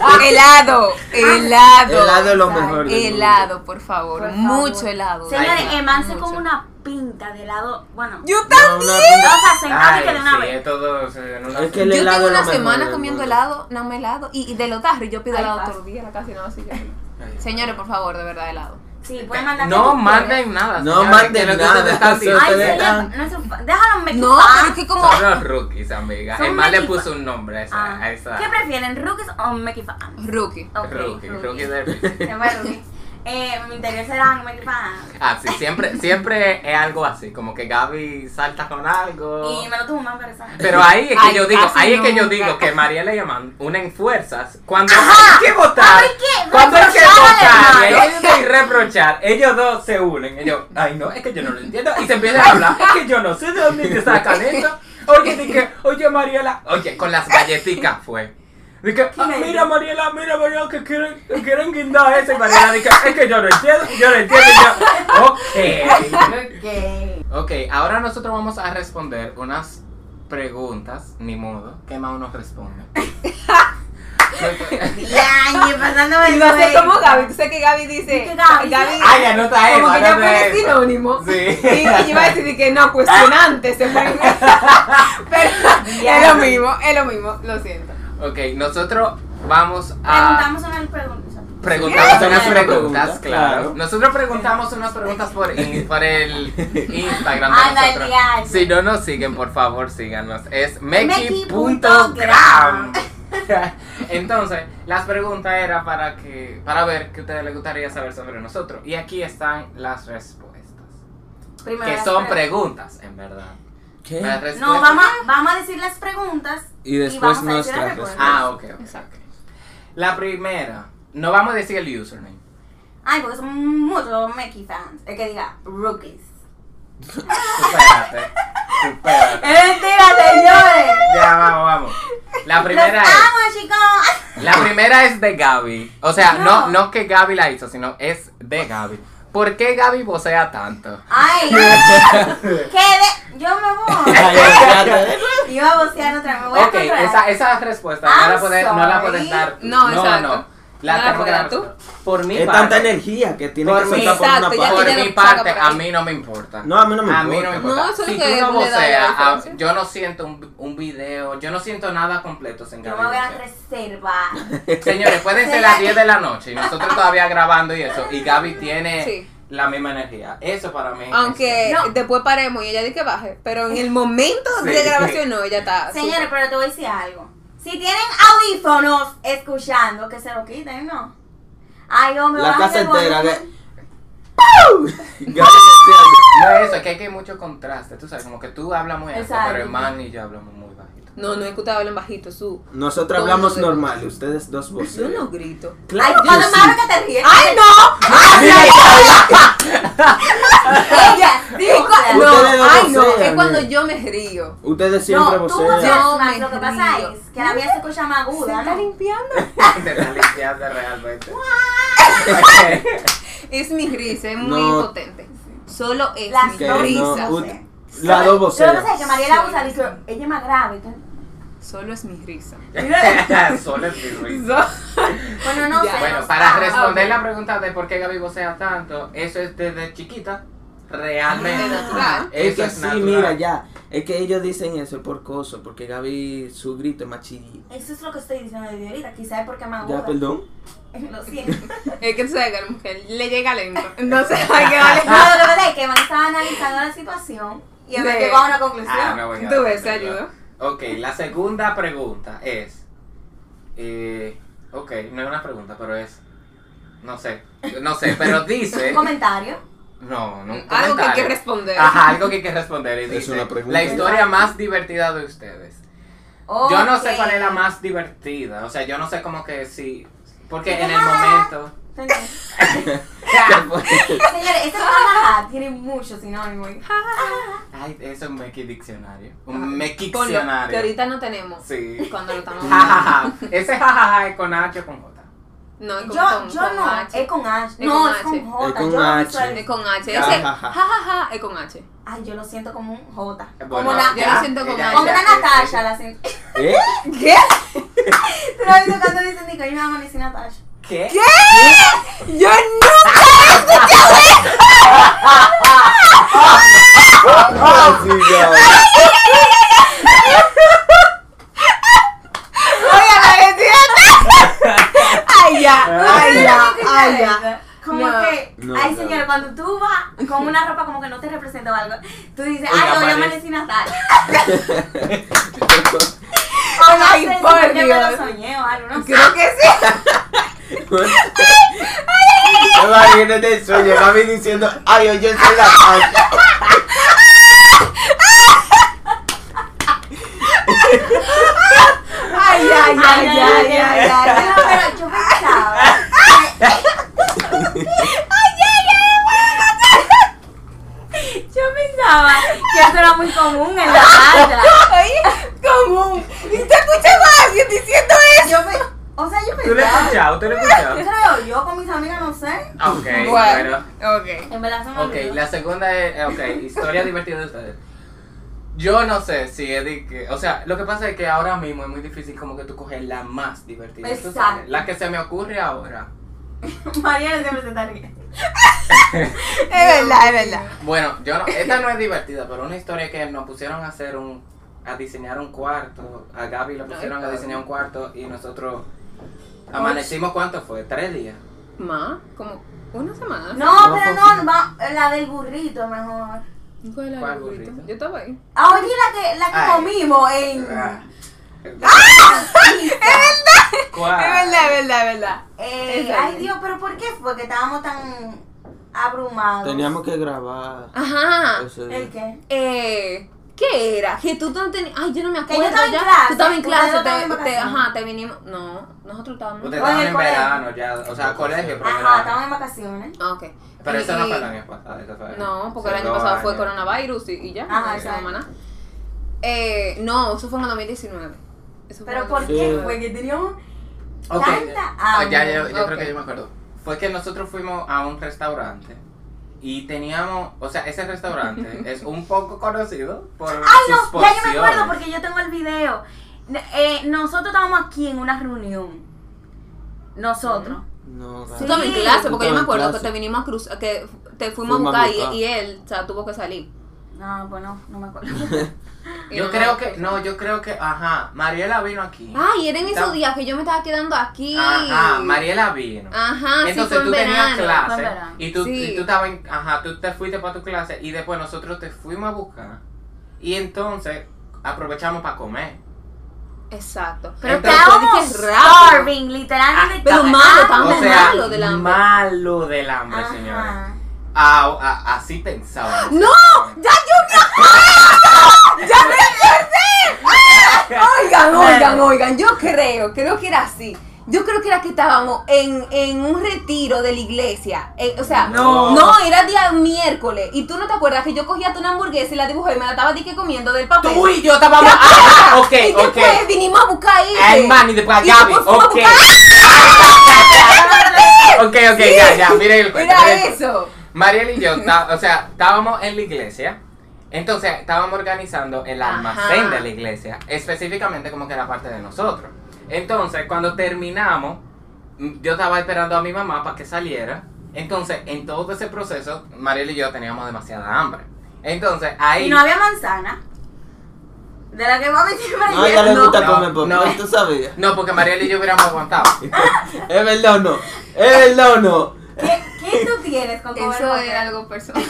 B: Ah.
E: Helado, helado.
D: Helado es lo mejor. del
E: Helado, por favor.
B: Por favor.
E: Mucho helado.
B: Señores,
C: Ay,
B: Eman se
E: mucho.
B: come una pinta de helado. Bueno,
E: Yo
D: mundo.
E: también.
D: No,
B: vamos a cenar y que de una
C: Ay, sí, eh,
B: vez.
C: todo se- en una-
D: Es que el
E: Yo
D: helado
E: tengo
D: es lo
E: una
D: mejor
E: semana
D: del
E: comiendo
D: mundo.
E: helado, no me helado. Y, y de los tarros, yo pido
B: Ay,
E: helado
B: vas.
E: todos los días, casi no así. que-
C: Ay.
E: Señores, por favor, de verdad, helado.
B: Sí, pueden mandar.
C: No
B: que-
C: manden nada.
D: No
C: señores,
D: manden
C: que lo que
D: nada,
C: ustedes están
D: eso-
B: Ay,
C: diciendo-
D: ustedes
B: señor,
D: dan-
B: no se- déjalo me
E: No, pero es que como.
C: Son los rookies, amiga.
B: Son
C: El mal le
B: mequipa-
C: puso un nombre a esa. a esa-
B: Ah, ¿Qué prefieren, rookies o Mickey fans?
E: Rookie.
B: Ok,
C: Rookie,
B: rookie.
C: rookie del-
B: Se fue rookie. Eh, mi interior serán Mickey fans.
C: Ah, sí, siempre, siempre es algo así, como que Gaby salta con algo.
B: Y me lo tuvo más interesante.
C: Pero ahí es que
E: Ay,
C: yo digo,
E: casi
C: ahí es que yo
E: nunca.
C: digo que Mariela y Amán unen fuerzas cuando
B: Ajá.
C: hay que votar.
B: Ay, ¿qué?
C: Cuando hay que
B: Reprochar,
C: votar,
B: hermano.
C: ellos hay que reprochar, ellos dos se unen. Ellos, ay no, es que yo no lo entiendo. Y se empiezan a hablar, es que yo no sé de dónde te sacan esto. Oye, dije, oye Mariela, oye, con las galletitas fue. Dije, ah,
B: lindo.
C: mira Mariela, mira Mariela, que quieren, que quieren guindar eso. Y Mariela dije, es que yo no entiendo, yo no entiendo. Y yo, ok.
B: Ok.
C: Ok, ahora nosotros vamos a responder unas preguntas, ni modo, que Mau nos responde.
B: Ya, y pasándome
E: Y
B: el
E: no sé
B: cuento.
E: cómo Gaby, tú sabes que Gaby dice.
B: ¿Y qué Gaby?
D: Ah,
C: Ay, anota eso.
E: como que ya
C: anota
E: pone
C: eso.
E: sinónimo. Y,
C: Sí.
E: y yo iba a decir que no, cuestionante se pone. Pero es lo mismo, es lo mismo, lo siento.
C: Ok, nosotros vamos a.
B: Preguntamos una pregunta.
C: Preguntamos
D: Sí.
C: unas
D: Sí.
C: preguntas, claro.
D: Claro.
C: Nosotros preguntamos unas preguntas por, in- por el Instagram de
B: Ah, la
C: nosotros.
B: diario.
C: Si no nos siguen, por favor, síganos. Es
B: Meki.gram.
C: meki.gram. Entonces, las preguntas era para que para ver qué a ustedes les gustaría saber sobre nosotros. Y aquí están las respuestas.
B: Primero
C: Que
B: las
C: son pues.
B: preguntas.
C: preguntas, en verdad.
D: ¿Qué?
C: Las respuestas.
B: No, vamos a, vamos a decir las preguntas
D: Y después
B: vamos a decir las
D: nuestras
B: respuestas.
C: Ah, ok, ok,
E: Exacto.
C: ok. La primera. No vamos a decir el username.
B: Ay, porque son muchos Mickey fans. El que diga rookies.
C: Supérate. Supérate.
B: ¡Es mentira, señores!
C: Ya, vamos, vamos. La primera
B: ¡Los
C: es.
B: amo, chicos!
C: La primera es de Gaby. O sea,
B: No.
C: no, no que Gaby la hizo, sino es de Gaby. ¿Por qué Gaby vocea tanto?
B: ¡Ay! ¡Qué de... Yo me voy.
D: Ay, espérate.
B: Iba a vocear otra vez. Me voy
C: Ok,
B: a controlar.
C: esa, esa respuesta
B: I'm
C: no la, puedes, no la puedes
B: sorry.
C: dar.
E: No, exacto.
C: La
E: No la
C: tengo que dar
E: puedes dar tú.
C: nosotros. Por mi
D: Es tanta
C: parte,
D: energía que tiene
C: Por
D: que
C: mí.
D: soltar por una
E: Exacto, ya
D: parte.
E: tiene-
C: por
E: ella
C: mi
E: lo saca
C: parte
E: por
C: a
E: ahí.
C: mí no me importa.
D: No, a mí no me
C: A mí no me
D: importa.
C: importa.
E: No, eso es
C: si
E: que
C: tú no
E: le da la
C: voceas, ah,
E: diferencia.
C: yo no siento un, un video, yo no siento nada completo sin
B: Yo
C: Gaby.
B: me voy a
C: vocear.
B: reservar.
C: Señores, pueden ser las 10 de la noche y nosotros todavía grabando y eso. Y Gaby tiene
E: Sí.
C: la misma energía. Eso para mí. es-
E: Aunque
B: No.
E: después paremos y ella dice que baje. Pero en el momento de
C: Sí.
E: grabación no, ella está.
B: Señores,
E: súper.
B: pero te voy a decir algo. Si tienen audífonos escuchando, que se lo quiten, ¿no? Ay, hombre,
D: La
B: bájate
D: casa
B: el
D: entera.
B: volumen.
D: que- ¡Pau! Gracias.
C: No es eso, es que hay que mucho contraste. Tú sabes, como que tú hablas muy alto,
B: Exacto.
C: pero Emman y yo hablamos muy bajito.
E: No, no he escuchado hablar bajito. Su.
D: Nosotros
E: Todo
D: hablamos
E: de-
D: normal, ustedes dos
E: Yo
D: voces.
E: no grito.
B: Ay,
D: Claro
B: cuando
D: que
B: más
D: sí.
B: que te ríes.
E: ¡Ay, no!
B: Ella,
E: Es
B: digo,
E: cua-
D: Ustedes no
E: no, ay, no.
D: vocean,
E: Es cuando
D: eh.
E: yo me río.
D: Ustedes siempre
B: No, tú
D: vocean.
E: Yo
B: voceas más,
E: me
B: lo que pasa
E: río.
B: es que la mía se escucha más aguda, ¿no?
E: limpiando?
C: Te estás limpiando realmente. Ok.
E: Es mi risa, es muy
D: No.
E: potente. Solo es
B: Las
E: mi
D: Que no,
E: risa.
D: ut- Las
B: Yo lo
D: dos
B: que
D: voceras.
B: sé es que Mariela usa, dice, ella es más grave. entonces-
E: Solo es mi risa.
C: Solo es mi ruido.
B: Bueno, no
E: Ya.
B: sé.
C: Bueno,
B: no
C: para
B: sé.
C: responder
E: Ah, ok.
C: la pregunta de por qué Gaby vocea tanto, eso es desde chiquita, realmente.
E: Es Ah, natural.
C: Eso
D: Es que
C: es
D: sí,
C: natural.
D: mira, ya. Es que ellos dicen eso por coso, porque Gaby, su grito es más chillillo.
B: Eso es lo que estoy diciendo desde ahorita. Quizás es porque me
D: Ya,
B: aguda.
D: perdón.
B: Lo siento.
E: Es que tú sabes que a la mujer le llega lento. No sé a qué
B: No, lo que
E: vale.
B: pasa es que Van estaba analizando la situación y me
E: Sí.
B: llegó a una
C: Ah,
B: conclusión.
C: no, bueno,
E: Tú ves,
C: no, no.
E: ayudo.
C: Ok, la segunda pregunta es. Eh, ok, no es una pregunta, pero es. No sé, no sé, pero dice.
B: Un comentario.
C: No, no. un
E: Algo que hay que
C: comentario.
E: responder.
C: Ajá, algo que hay que responder. y
D: Es
C: dice,
D: una pregunta.
C: La historia más divertida de ustedes. Yo no sé
B: Ok.
C: cuál es la más divertida. O sea, yo no sé cómo que si. Porque en el
B: Ah.
C: momento.
B: Señores,
D: Pues,
B: esta palabra tiene muchos sinónimos.
C: Ay, eso es un Meki diccionario.
E: Ajá.
C: Un Meki
E: Ponlo, que
C: diccionario.
E: ahorita no tenemos.
C: Sí.
E: Cuando lo estamos
C: Jajaja. Ese jajaja es con H o con J.
E: No, es
B: Yo,
E: con, con-
B: yo
E: con
B: no,
E: H.
B: es con H.
E: Es
B: No,
E: con
B: es con J.
E: H.
D: Es con
B: yo
D: H.
B: visualizo-
E: Es con H.
D: Ja,
E: Es que,
D: ja,
E: ja,
D: ja.
E: ja, ja, es con H.
B: Ay, yo lo siento como un J.
C: Bueno,
B: como una,
E: yo lo siento con
C: ella-
E: H.
B: como
C: ella-
B: una Natasha la siento.
D: ¿Eh?
E: ¿Qué?
B: Tú lo has visto cuando dicen, Nico, yo me llamo Nancy Natasha.
C: ¿Qué?
E: Yo no.
D: Ah, sí, ya.
E: Oye, la vecina. Ay, ya, ay, ya, ay, ya.
B: ya. Como
E: No.
B: que,
D: No,
B: ay
D: no.
B: señor, cuando tú vas con una ropa como que no te representa o algo, tú dices,
C: Oiga,
B: ay, no, yo me Nancy
C: parece-
B: Natasha.
E: Ay,
B: No sé si
E: por
B: fue que me
E: Dios.
B: lo soñé o algo, no sé.
E: Creo que sí.
D: Imagínate el sueño, Gaby diciendo, ay, oye, yo soy la Natasha.
E: Ay, ay, ay, ay, ay, ay, ay, ay.
B: No, pero yo pensaba. Yo pensaba que eso era muy común en la playa.
E: Ay, común. ¿Y te escuchaba a alguien diciendo eso?
B: Yo pe- O sea, yo
C: ¿Tú lo has
B: pensaba.
C: escuchado? ¿Tú lo has escuchado?
B: Creo yo con mis amigas, no sé.
C: Ok,
E: Bueno,
C: bueno.
E: ok.
B: En verdad se me
C: Ok,
B: olvidó.
C: la segunda es. eh, Ok, historia divertida de ustedes. Yo no sé si es de que. O sea, lo que pasa es que ahora mismo es muy difícil como que tú coges la más divertida. tú sabes,
B: Exacto.
C: La que se me ocurre ahora.
B: Mariana siempre se está riendo.
E: Es verdad, es verdad.
C: Bueno, yo no, esta no es divertida, pero una historia que nos pusieron a hacer un, a diseñar un cuarto, a Gaby la pusieron a
E: Gaby.
C: diseñar un cuarto y nosotros amanecimos, ¿cuánto fue? ¿Tres días?
E: Ma, como una semana.
B: No,
D: No,
B: pero
D: Fonsi.
B: no, va- la del burrito mejor.
E: ¿Cuál era
C: ¿Cuál
E: el burrito?
C: burrito?
E: Yo estaba ahí.
B: Ah, oye, la que, la que
C: Ay. Ah.
B: comimos en.
C: ¿Cuál?
E: Es Ah. verdad, es verdad, es verdad.
B: Eh,
E: Esa.
B: ay, Dios, pero ¿por qué fue que estábamos tan abrumados?
D: Teníamos que grabar.
E: Ajá.
D: ese-
B: Ah, ¿El qué?
E: Eh, ¿Qué era? Que tú no tenías. Ay, yo no me
B: Que
E: acuerdo.
B: yo estaba en
E: ya.
B: clase,
E: Tú estabas en
B: ustedes
E: clase.
B: no estaban en
E: te- te-
B: vacaciones.
E: ajá, te vinimos. No, nosotros estábamos.
C: Ustedes
B: Bueno,
C: estaban
B: el
C: en
B: colegio.
C: verano ya, o sea, colegio, pero
B: Ajá,
C: verano.
B: estábamos en vacaciones.
E: Ah, ok.
C: Pero eso no
E: Y-
C: fue el año pasado, eso fue
E: No, porque
C: hace
E: el año
C: dos
E: pasado fue
C: años.
E: coronavirus y, y ya.
B: Ajá,
E: no hicimos
B: exacto.
E: más nada. Eh, no, eso fue en el 2019. Eso fue en
B: Pero
E: el
B: ¿por qué
D: Sí.
B: fue que teníamos
C: Ok,
B: Tanta
C: ah, ya,
B: hambre.
C: yo, yo
E: Ok.
C: creo que yo me acuerdo. Fue que nosotros fuimos a un restaurante y teníamos, o sea, ese restaurante es un poco conocido por
B: Ay,
C: sus
B: Ah, no, ya yo me
C: porciones.
B: acuerdo porque yo tengo el video. Eh, nosotros estábamos aquí en una reunión. Nosotros.
D: No,
B: Sí.
E: Tú también en clase, porque yo
D: Tú estabas
E: me
D: en
E: acuerdo que
D: clase.
E: te vinimos a cruzar, que te fuimos,
D: Fuimos
E: a
D: a
E: buscar, y-
D: buscar.
E: Y, él, o sea, tuvo que salir.
B: No, bueno, no me acuerdo.
E: Y
C: Yo
E: no
C: creo
E: me-
C: que, no, yo creo que, ajá, Mariela vino aquí.
B: Ah,
E: Ay, eran esos
C: Estaba-
E: días que yo me estaba quedando aquí.
C: Ajá, Mariela vino.
E: Ajá, sí,
C: Entonces
E: fue en
C: tú tenías
E: verano.
B: Ah, fue en
C: clase
B: verano.
C: y tú,
E: Sí.
C: y tú estabas en- ajá, tú te fuiste para tu clase y después nosotros te fuimos a buscar y entonces aprovechamos para comer.
E: Exacto.
B: Pero
C: Entonces,
B: estábamos
E: dije, rápido.
B: starving, literalmente.
E: pero
B: estábamos-
E: malo,
B: Ah,
E: estábamos-
C: O sea,
E: malo del hambre.
C: Malo del hambre,
B: Ajá.
C: señores. Ah, ah, así pensaba.
E: ¡No! ¡Ya yo me acuerdo! ¡Ya me acordé! Oigan, oigan, oigan, yo creo, creo que era así. Yo creo que era que estábamos en, en un retiro de la iglesia. eh, o sea,
C: No.
E: era día miércoles. Y tú no te acuerdas que yo cogía tu una hamburguesa y la dibujé y me la estaba dique comiendo del papel.
C: Tú y yo estábamos. Ah, ok,
E: y
C: ok. Ah,
E: después vinimos a buscar ahí.
C: Ay, man, y después a
E: Y después
C: Gaby.
E: fuimos a
C: Ok.
E: buscar-
C: Ok, ok, ya, ya. Miren el cuento.
E: Era
C: miren el cuento.
E: eso.
C: Mariel y yo, ta- o sea, estábamos en la iglesia Entonces estábamos organizando el
E: Ajá.
C: almacén de la iglesia, específicamente como que la parte de nosotros. Entonces, cuando terminamos, mm, yo estaba esperando a mi mamá para que saliera. Entonces, en todo ese proceso, Mariel y yo teníamos demasiada hambre. Entonces, ahí...
B: Y no había manzana. De la que voy a meter
D: No, Ah, ya le
B: no.
D: gusta
C: No,
D: comer pop.
C: no.
D: tú sabías.
C: No, porque Mariel y yo hubiéramos aguantado.
D: Es verdad o no. Es verdad o no.
B: ¿Qué, ¿Qué tú tienes con comer
E: Eso
B: papel?
E: era algo personal.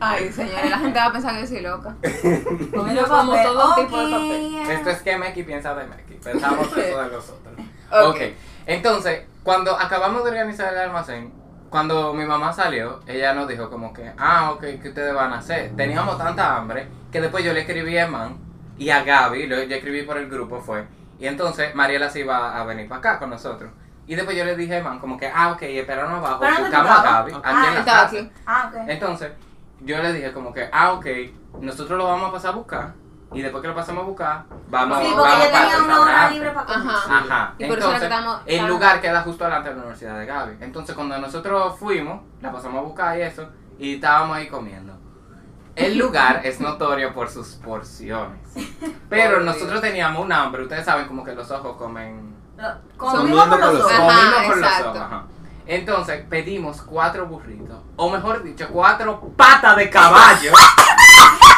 E: Ay, señores, la gente va a pensar que yo soy loca. Porque yo como
B: papel.
E: todo
B: Ok.
E: tipo de papel.
C: Esto es que Meki piensa de Meki. Pensamos eso de nosotros.
E: Ok.
C: ok. Entonces, cuando acabamos de organizar el almacén, cuando mi mamá salió, ella nos dijo como que, ah, ok, ¿qué ustedes van a hacer? Teníamos tanta hambre que después yo le escribí a Eman y a Gaby, lo, yo escribí por el grupo, fue. Y entonces Mariela se iba a venir para acá con nosotros. Y después yo le dije a Eman como que, ah, ok, esperaron abajo,
B: Pero no te
C: buscamos a
B: tocaba.
C: Gaby, aquí
B: Ah,
C: en la
E: estaba
C: casa.
E: aquí.
B: Ah, ok.
C: Entonces, yo le dije como que, ah, ok, nosotros lo vamos a pasar a buscar. Y después que lo pasemos a buscar, vamos,
B: Sí, porque
C: vamos
B: yo
C: para el
B: tenía una hora
C: restaurante.
B: libre para comer.
E: Ajá.
C: Ajá.
E: Y por eso era
C: Entonces,
E: que estábamos-
C: el lugar queda justo delante de la Universidad de Gaby. Entonces, cuando nosotros fuimos, la pasamos a buscar y eso, y estábamos ahí comiendo. El lugar es notorio por sus porciones. Pero
E: Por
C: nosotros
E: Dios.
C: teníamos un hambre. Ustedes saben como que los ojos comen.
B: Lo-
D: Comiendo
B: Comimos
D: con
B: con los
D: los
B: ojos.
E: Ajá,
C: comimos con los
E: exacto.
C: ojos. ajá. Entonces, pedimos cuatro burritos. O mejor dicho, cuatro patas de caballo.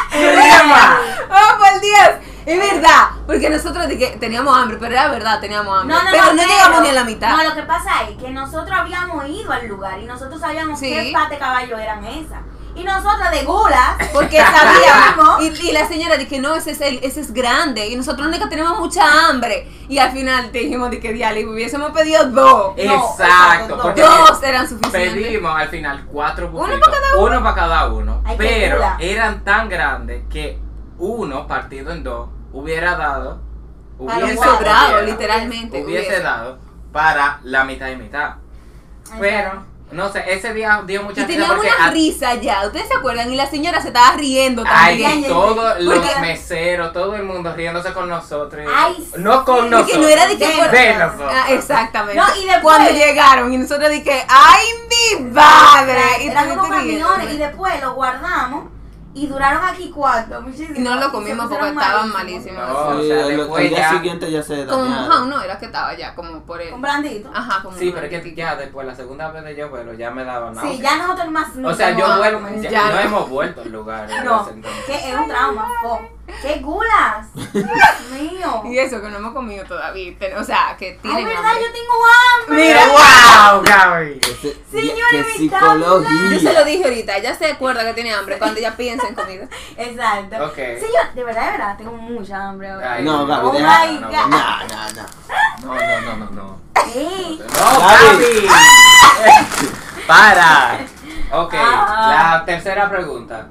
C: ¡Crema!
E: ¡Oh, por Dios! Es verdad, porque nosotros de que teníamos hambre, pero era verdad, teníamos hambre. pero no, llegamos ni a la mitad.
B: No, lo que pasa es que nosotros habíamos ido al lugar y nosotros sabíamos
E: Sí.
B: qué parte de caballo eran esas. Y nosotros de gulas.
E: Porque sabíamos. Y, y la señora dije, no, ese es, el, ese es grande. Y nosotros nunca tenemos mucha hambre. Y al final te dijimos de que diale, hubiésemos pedido dos.
C: Exacto.
B: no.
C: porque
E: Dos eran suficientes.
C: Pedimos al final cuatro
E: Uno
C: burritos. Uno para cada uno.
B: Ay, qué
C: pero
B: cula.
C: eran tan grandes que uno partido en dos hubiera dado.
B: Para
C: Hubiese
B: un cuadrado,
C: hubiera,
E: literalmente,
C: Hubiese,
E: hubiese.
C: dado para la mitad y mitad. Pero, no sé, ese día dio mucha
E: Y
C: risa
E: teníamos
C: porque
E: una
C: a-
E: risa ya, ¿ustedes se acuerdan? Y la señora se estaba riendo
C: Ay,
E: también.
B: Ay, ay,
C: todos
B: ay.
C: los
B: Porque-
C: meseros, todo el mundo riéndose con nosotros.
B: Ay,
C: no con
E: Y que
C: nosotros.
E: no era de que
B: De
E: fuera-
C: de nosotros.
E: Ah, exactamente.
B: No, y después-
E: Cuando llegaron y nosotros dije, ¡ay, mi madre! Y
B: eran
E: tú
B: como
E: te ríes.
B: camiones y después lo guardamos y duraron aquí cuánto, muchísimo.
E: Y no
B: se
E: lo comimos porque
B: pusieron
E: estaban
B: malísimos.
E: malísimos.
C: No, o
D: Sí,
C: sea,
D: el,
C: después
D: el día
C: ya-
D: siguiente ya se
E: Como mojado,
D: dañaron.
E: no, era que estaba ya, como por el.
B: Con blandito.
E: Ajá, como
C: Sí,
E: un
C: pero es que
E: ratito.
C: ya después, la segunda vez de yo vuelo, ya me daba náusea.
B: Sí, ya nosotros más
C: O sea, yo
B: nunca
E: vuelo-
C: vuelvo.
E: ya
C: ya
E: no.
C: no hemos vuelto al lugar. ¿verdad?
B: No.
C: Entonces,
B: Que es un trauma, po. ¡Qué gulas! ¡Dios mío!
E: Y eso que no hemos comido todavía. pero- o sea, que
B: Ay,
E: tienen.
B: verdad,
E: hambre.
B: yo tengo hambre.
E: Mira.
C: ¡Wow, Gaby!
D: Ese-
B: Señora,
D: ¡Qué
B: me está
D: psicología!
E: Yo se lo dije ahorita, ya se acuerda que tiene hambre cuando ya piensa en comida.
B: Exacto.
C: Ok.
B: Señor, de verdad, de verdad, tengo mucha hambre ahora.
C: Ay,
D: No, Gaby,
B: Oh
D: deja.
B: my
D: No,
B: God.
D: no,
C: No,
D: no.
C: no, no, no, no.
B: Ey,
C: ¡No,
D: Gaby.
C: Gaby! ¡Para! Ok,
B: Ah.
C: la tercera pregunta.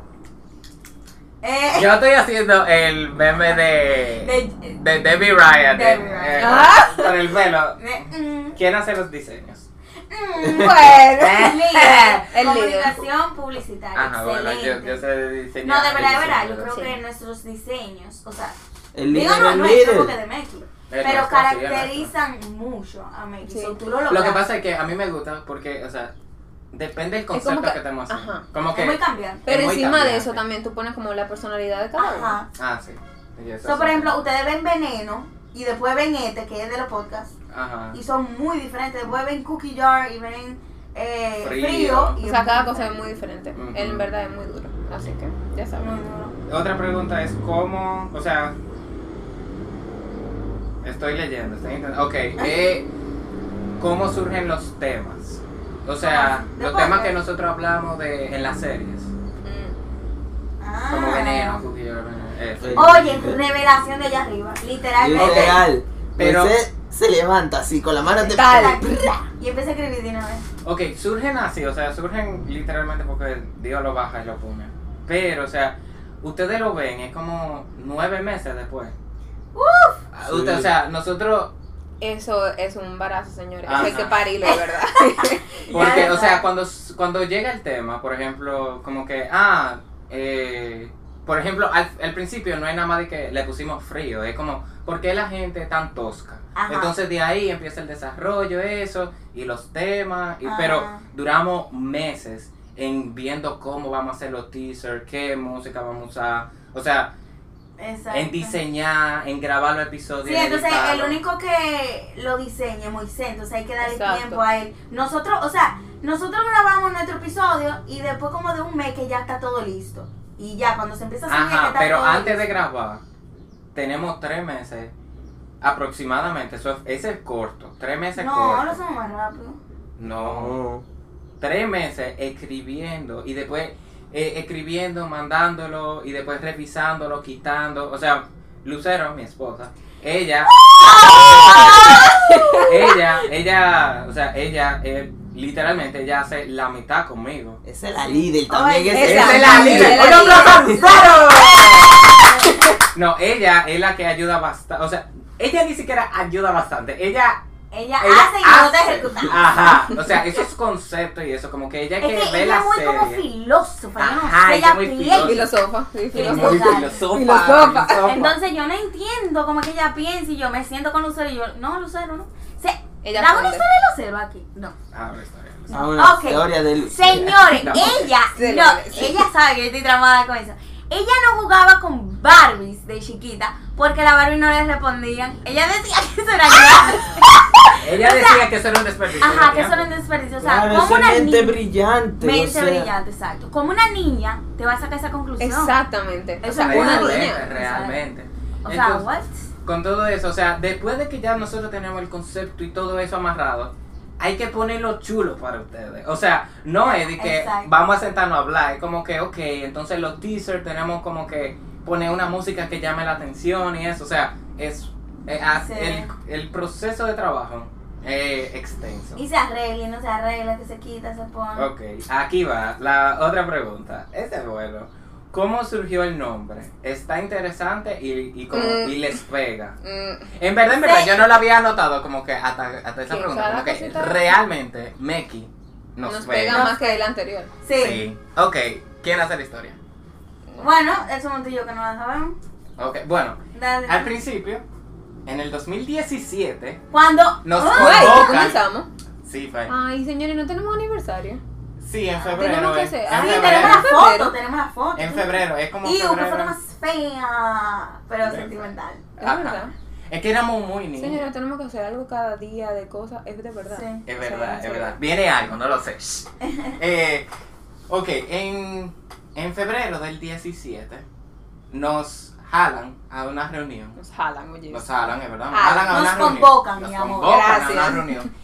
B: eh,
C: Yo estoy haciendo el meme de.
B: de-
C: de Debbie Ryan.
B: Debbie
C: eh,
B: Ryan.
C: eh,
E: Ah.
C: Con el pelo.
B: de- mm,
C: ¿Quién hace los diseños?
B: mm.
E: Bueno.
B: Líder,
E: Eh, El líder.
B: comunicación publicitaria.
C: Ajá, bueno, yo,
B: Ah, excelente.
C: yo sé de diseño.
B: No, de verdad, de verdad, yo creo
E: Sí.
B: que nuestros diseños, o sea,
D: El
B: digo
D: líder
B: no
D: es
B: nuestro porque
D: líder.
B: de México,
C: Es
B: pero
C: nuestro, sí, es
B: caracterizan mucho a México.
E: Sí.
B: so, tú lo
C: Lo
B: logras.
C: que pasa es que a mí me gusta porque, o sea, depende del
E: como
C: concepto que,
E: que-
C: estemos haciendo.
E: ajá.
C: Como que.
B: es muy cambiante.
E: Pero
C: Es muy
E: encima de
C: cambiante.
E: eso también tú pones como la personalidad de cada uno.
B: Ajá.
C: Ah, sí. Y eso
B: So,
C: sí.
B: por ejemplo, ustedes ven Veneno y después ven este, que es de los podcasts,
C: Ajá.
B: y son muy diferentes. Después ven Cookie Jar y ven eh,
C: Frío.
B: Frío. y
E: O sea,
B: es
E: cada
B: muy
E: cosa es
B: diferente.
E: muy diferente.
C: Ujú.
E: En verdad es muy duro. Así que, ya
B: No,
E: sabemos.
B: no, no.
C: Otra pregunta es cómo, o sea, estoy leyendo, estoy intentando, ok, eh, ¿cómo surgen los temas? O sea,
B: ¿De
C: los
B: podcast?
C: temas que nosotros hablamos de en las series,
E: Mm.
B: Ah. Oh.
C: como Veneno, Cookie Jar, Veneno, eh,
D: Sí.
B: Oye, revelación de allá arriba, literalmente.
D: Literal.
C: Pero-
D: Pero se levanta así con la mano de
E: Tal.
B: Y empecé a escribir de una vez.
C: Ok, surgen así, o sea, surgen literalmente porque Dios lo baja y lo pone. Pero, o sea, ustedes lo ven, es como nueve meses después. Ah,
D: Sí.
C: usted- O sea, nosotros,
E: Eso es un embarazo, señores. Eso
C: Ajá.
E: Hay que parirlo, de verdad.
C: porque,
B: Ya,
C: o sea,
B: ya.
C: cuando, cuando llega el tema, por ejemplo, como que, ah, eh, por ejemplo, al, al principio no hay nada más de que le pusimos frío, es como, ¿por qué la gente es tan tosca?
B: Ajá.
C: Entonces de ahí empieza el desarrollo, eso, y los temas, y-
B: Ajá.
C: pero duramos meses en viendo cómo vamos a hacer los teasers, qué música vamos a usar. O sea,
B: Exacto.
C: en diseñar, en grabar los episodios.
B: Sí,
C: en
B: entonces el
C: editarlos.
B: único que lo diseña es Moisés, entonces hay que darle
E: Exacto.
B: tiempo a él. Nosotros, o sea, nosotros grabamos nuestro episodio y después como de un mes que ya está todo listo. Y ya cuando se empieza a subir que
C: Ajá,
B: está
C: pero
B: todo
C: antes de
B: listo.
C: grabar, tenemos tres meses aproximadamente. Eso es, ese es corto. Tres meses
B: No,
C: corto.
B: lo hacemos más rápido.
C: No. Tres meses escribiendo y después eh, escribiendo, mandándolo y después revisándolo, quitando. O sea, Lucero, mi esposa, ella. ella, ella, o sea, ella, eh, literalmente, ella hace la mitad conmigo.
D: Esa es la líder
B: Oh,
D: también.
E: Ay,
D: es-
E: esa
D: esa
E: es la líder.
C: ¡Un aplauso a
D: líder.
C: Lucero! No, ella es la que ayuda bastante. O sea, ella ni siquiera ayuda bastante. Ella.
B: Ella,
C: ella
B: hace y no
C: hace.
B: te ejecuta.
C: Ajá. O sea, esos conceptos y eso, como que ella
B: Es
C: Ah, que,
B: que
C: ve
B: ella
C: la
B: es muy
C: serie.
B: como filósofa, yo no
C: Ajá,
B: sé,
C: ella
B: ella
C: es muy
B: piensa.
C: filósofa.
E: Filosofa, sí,
B: Filósofa.
E: filosofa.
C: Muy filosofa.
E: Filosofa.
C: filosofa.
B: Entonces yo no entiendo como que ella piensa y yo me siento con Lucero y yo, no, Lucero, no. Se,
E: Ella
B: dame una
E: aprende.
B: historia de Lucero aquí. No.
C: Ah, está bien.
D: Ah, una
B: Ok.
D: historia de Lucía.
B: Señores,
C: No.
B: ella,
E: Sí,
B: no,
E: sí.
B: ella sabe que yo estoy tramada con eso. Ella no jugaba con Barbies de chiquita porque la Barbie no les respondían. Ella decía que eso era grave.
C: Ella decía Ah, que eso era un desperdicio.
B: Ajá,
C: de
B: que eso era
C: tiempo.
B: un desperdicio. O sea,
D: Claro,
B: como
D: esa
B: una
D: mente
B: niña.
D: brillante. o
B: Mente
D: sea,
B: brillante, exacto. Como una niña te va a sacar esa conclusión.
E: Exactamente. O
B: Eso
E: sea,
B: es
E: una
B: real,
C: Realmente,
E: niña.
C: realmente.
B: O sea,
C: Entonces,
B: what?
C: con todo eso, o sea, después de que ya nosotros tenemos el concepto y todo eso amarrado, hay que ponerlo chulo para ustedes. O sea, no es de que
B: Exacto.
C: vamos a sentarnos a hablar, es como que, ok, entonces los teasers tenemos como que poner una música que llame la atención y eso, o sea, es, eh, haz-
B: Sí.
C: el, el proceso de trabajo es extenso.
B: Y se arregla y no se arregla, que se quita, se pone.
C: Ok, aquí va la otra pregunta. Este es bueno. ¿Cómo surgió el nombre? Está interesante y, y, como-
E: Mm.
C: y les pega.
E: Mm,
C: En verdad, en verdad,
B: Sí.
C: yo no lo había anotado como que hasta, hasta esa
E: Sí,
C: pregunta.
E: cada
C: Como que
E: cosita.
C: realmente Meki nos,
E: Nos
C: pega.
E: pega más que el anterior.
B: Sí.
C: Sí. Ok, ¿quién hace la historia?
B: Bueno, eso monté yo que no la sabemos.
C: Ok, bueno,
B: Dale.
C: al principio, en el 2017,
B: Cuando.
C: nos
B: Ah,
E: Güey, ¿qué
C: convocan.
E: comenzamos?
C: Sí, fue.
E: Ay, señores, no tenemos aniversario.
C: Sí, en febrero.
E: Ah. Tenemos que
C: eh.
E: hacer-
C: En
B: sí,
E: Ah,
C: febrero.
B: tenemos la
E: febrero.
B: foto, tenemos la foto.
C: En febrero, es como
B: Y una
C: febrero.
B: foto más fea, pero
C: Bien.
B: sentimental.
E: Es
C: Ajá.
E: verdad.
C: Es que éramos muy niños.
E: Señores, tenemos que hacer algo cada día de cosas. Es de verdad.
B: Sí.
C: Es
E: O sea,
C: verdad,
E: sí.
C: es verdad. Viene algo, no lo sé. Eh, ok, en, en febrero del 17 nos jalan a una reunión.
E: Nos jalan, oye.
C: Nos jalan, es verdad. Nos
E: Ah,
C: jalan a
B: nos
C: una reunión.
B: convocan, mi
C: Nos
B: amor.
C: convocan a
E: Gracias.
C: una reunión.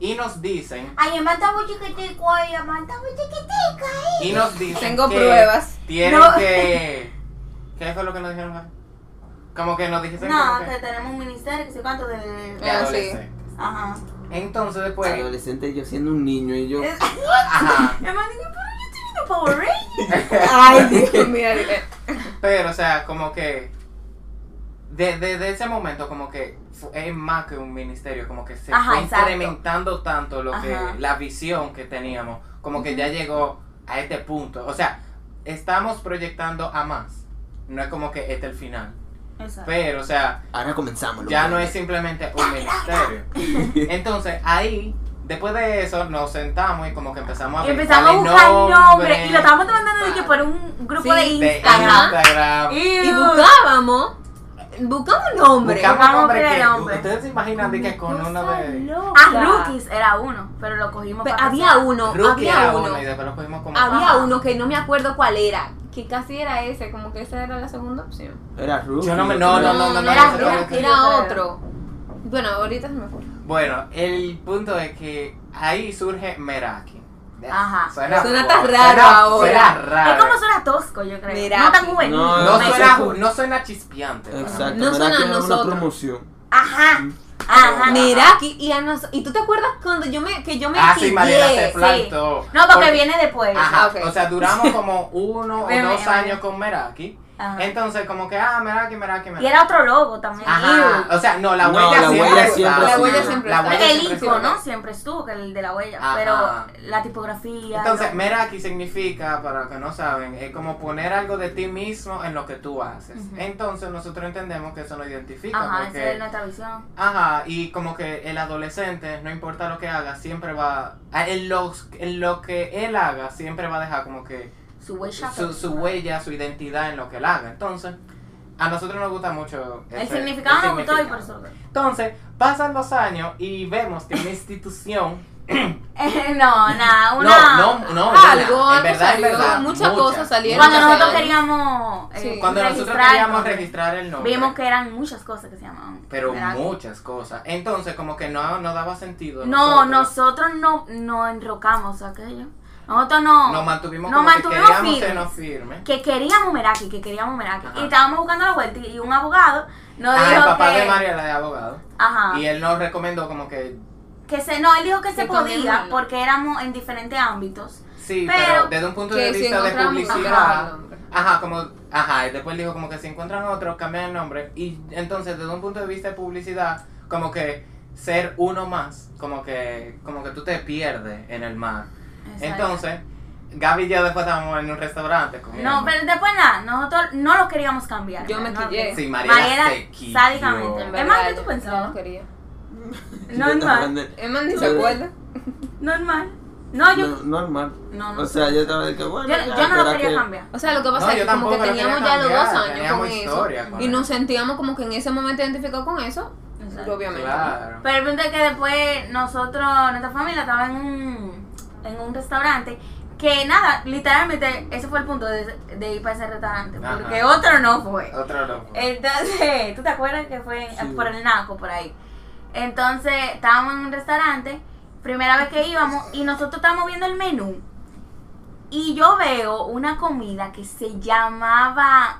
C: Y nos dicen,
B: Ay, Emma está muy chiquitico, ay, Emma está muy chiquitico.
C: y nos dicen
E: Tengo
C: que
E: pruebas.
C: Tienen
B: No.
C: que... ¿Qué fue lo que nos dijeron? Como que nos dijeron
B: No,
C: como
B: que Ah,
C: que...
B: tenemos un ministerio, que sé cuánto
C: de
B: de.
E: Ah, sí.
C: adolescente.
B: Ajá.
C: Entonces después...
D: Adolescente, yo siendo un niño y yo.
B: Es-
C: Ajá.
B: Emma dijo, pero yo estoy viendo Power Rangers.
E: Ay, Dios mío. eh,
C: Pero, o sea, como que. Desde de, de ese momento, como que fu- es más que un ministerio, como que se
B: Ajá,
C: fue
B: exacto.
C: incrementando tanto lo que
B: Ajá.
C: la visión que teníamos, como que ya llegó a este punto. O sea, estamos proyectando a más. No es como que este es el final.
B: Exacto.
C: Pero, o sea,
D: Ahora
C: ya
D: comenzamos. Lucía.
C: no es simplemente un ministerio. Entonces, ahí, después de eso, nos sentamos y como que empezamos a
B: Y
C: ver
B: empezamos a
C: cuál es
B: buscar
C: nombre
B: nombres y lo estábamos tratando de que por un grupo
E: Sí,
B: de
C: de
B: Instagram.
C: Instagram.
E: Y
B: Ew.
E: buscábamos. Buscamos nombre.
C: Buscamos
B: Vamos
C: nombre
B: por el
C: que-
B: hombre.
C: Ustedes se imaginan de que con uno de.
B: Ah, Rookies era uno, pero lo cogimos
E: Pe-
C: Pues,
B: para
E: Había uno,
C: Rookie
E: había
C: era
E: uno.
C: uno y después lo cogimos como.
E: Había
B: Ajá.
E: uno que no me acuerdo cuál era. Que casi era ese, como que esa era la segunda opción.
D: Era Ruth.
C: Yo no me- no, no, no, no, no,
E: era,
C: no, no,
E: era-
C: no, no,
E: era
B: no, no.
E: otro. Bueno, ahorita se me fue.
C: Bueno, el punto es que ahí surge Meraki.
B: Ajá.
C: Suena,
E: Suena
C: fuerte,
E: tan
C: suena-
E: raro ahora.
C: Suena raro.
B: Es como suena tosco, yo creo.
E: Mira.
B: No tan juvenil.
D: No,
C: no,
D: Ay,
C: suena,
D: eso-
C: no suena chispeante. para
D: Exacto.
C: mí.
E: No
D: No
E: suena a
D: una
E: nosotros.
D: promoción.
B: Ajá. Ajá.
E: Mira, aquí, y, a nos- y tú te acuerdas cuando yo me, que yo me
C: Ah, sí, Mariela se
E: quillé?
C: plantó.
B: No, porque viene después.
C: Ajá,
E: Ah, ok.
C: o sea, duramos como uno o
B: Bien,
C: dos
B: bien,
C: años
B: bien.
C: con Meraki.
B: Ajá.
C: Entonces, como que, ah, Meraki, Meraki,
B: Y
C: Meraki.
B: era otro logo también.
C: Ajá, Ah, o sea, no, la
D: No,
C: huella
D: la
C: siempre
D: huella
C: estaba.
D: siempre
E: La huella siempre
C: La
E: estaba.
C: huella
B: el
C: siempre
B: icono
C: estaba.
B: siempre estuvo, que el de la huella,
C: Ajá.
B: pero la tipografía.
C: Entonces,
B: lo-
C: Meraki significa, para los que no saben, es como poner algo de ti mismo en lo que tú haces.
B: Ujú.
C: Entonces, nosotros entendemos que eso nos identifica.
B: Ajá,
C: porque,
B: esa es nuestra visión.
C: Ajá, y como que el adolescente, no importa lo que haga, siempre va. a- En, los, en lo que él haga, siempre va a dejar como que
B: Su huella.
C: su, su
B: personal.
C: huella, su identidad en lo que él haga. Entonces, a nosotros nos gusta mucho.
B: El
C: ese-
B: significado
C: el
B: nos gustó y por
C: significado.
B: eso.
C: Entonces, pasan los años y vemos que una institución
B: Eh, no, nada, una.
C: No, no, no. una.
E: Algo,
C: En
E: algo
C: verdad, en
E: salió,
C: verdad.
E: muchas cosas salieron.
B: Cuando
E: Nunca
B: nosotros
E: se-
B: queríamos. eh,
E: Sí.
C: Cuando nosotros
B: registrar el
C: queríamos
B: nombre,
C: registrar el nombre.
B: Vimos que eran muchas cosas que se llamaban.
C: Pero
B: ¿verdad?
C: muchas cosas. Entonces, como que no, no daba sentido. a
B: No,
C: nosotros.
B: nosotros no, no enrocamos aquello. Nosotros no.
C: Nos mantuvimos
B: nos
C: como
B: mantuvimos
C: que queríamos
B: firmes.
C: sernos firmes.
B: Que queríamos Meraki, que queríamos Meraki.
C: Ajá.
B: Y estábamos buscando la vuelta y y un abogado nos
C: Ah,
B: dijo
C: el papá
B: que. Ah.
C: de María, la de abogado.
B: Ajá.
C: Y él nos recomendó como que
B: Que se, no, él dijo que, se
E: Que cambiemos
B: podía
E: el-
B: porque éramos en diferentes ámbitos.
C: Sí,
B: Pero-
C: pero, desde un punto
E: que
C: de
E: si
C: vista de
E: encontramos-
C: publicidad.
E: ajá, nombre.
C: Ajá, como, ajá, y después dijo como que si encuentran otro, cambian el nombre. Y entonces, desde un punto de vista de publicidad, como que ser uno más, como que, como que tú te pierdes en el mar.
B: Exacto.
C: Entonces, Gaby y yo después estábamos en un restaurante comiendo.
B: No, pero después nada, nosotros no los queríamos cambiar.
E: Yo me
B: no lo
E: quillé.
B: queríamos.
C: Sí, Mariela
B: Mariela,
C: se quilló.
B: sádicamente.
C: En
B: Es más que tú pensabas.
E: No quería.
D: Yo estaba
B: Normal,
D: en el-
E: Emma ni se
D: se
E: acuerda.
D: acuerda.
B: normal. No, yo.
D: no- normal.
B: No, no.
D: O sea, yo estaba de que bueno.
B: yo,
D: ya,
B: yo no lo
D: pero
B: quería
D: que-
B: cambiar.
E: O sea, lo que
C: No,
E: pasa es
C: yo
E: que como que
C: tampoco lo
E: teníamos
C: quería
E: ya los dos
C: cambiar,
E: años
C: teníamos
E: con eso.
C: historia con
E: Y
C: eso.
E: nos sentíamos como que en ese momento identificados con eso.
B: Exacto.
E: Obviamente.
C: Claro.
B: Pero el punto es que después nosotros, nuestra familia estaba en un, en un restaurante que nada, literalmente ese fue el punto de, de ir para ese restaurante.
C: Ajá.
B: Porque otro no fue.
C: Otro loco.
B: eh, Entonces, ¿tú te acuerdas que fue
D: Sí.
B: por el Naco, por ahí? Entonces, estábamos en un restaurante, primera vez que íbamos, y nosotros estábamos viendo el menú. Y yo veo una comida que se llamaba,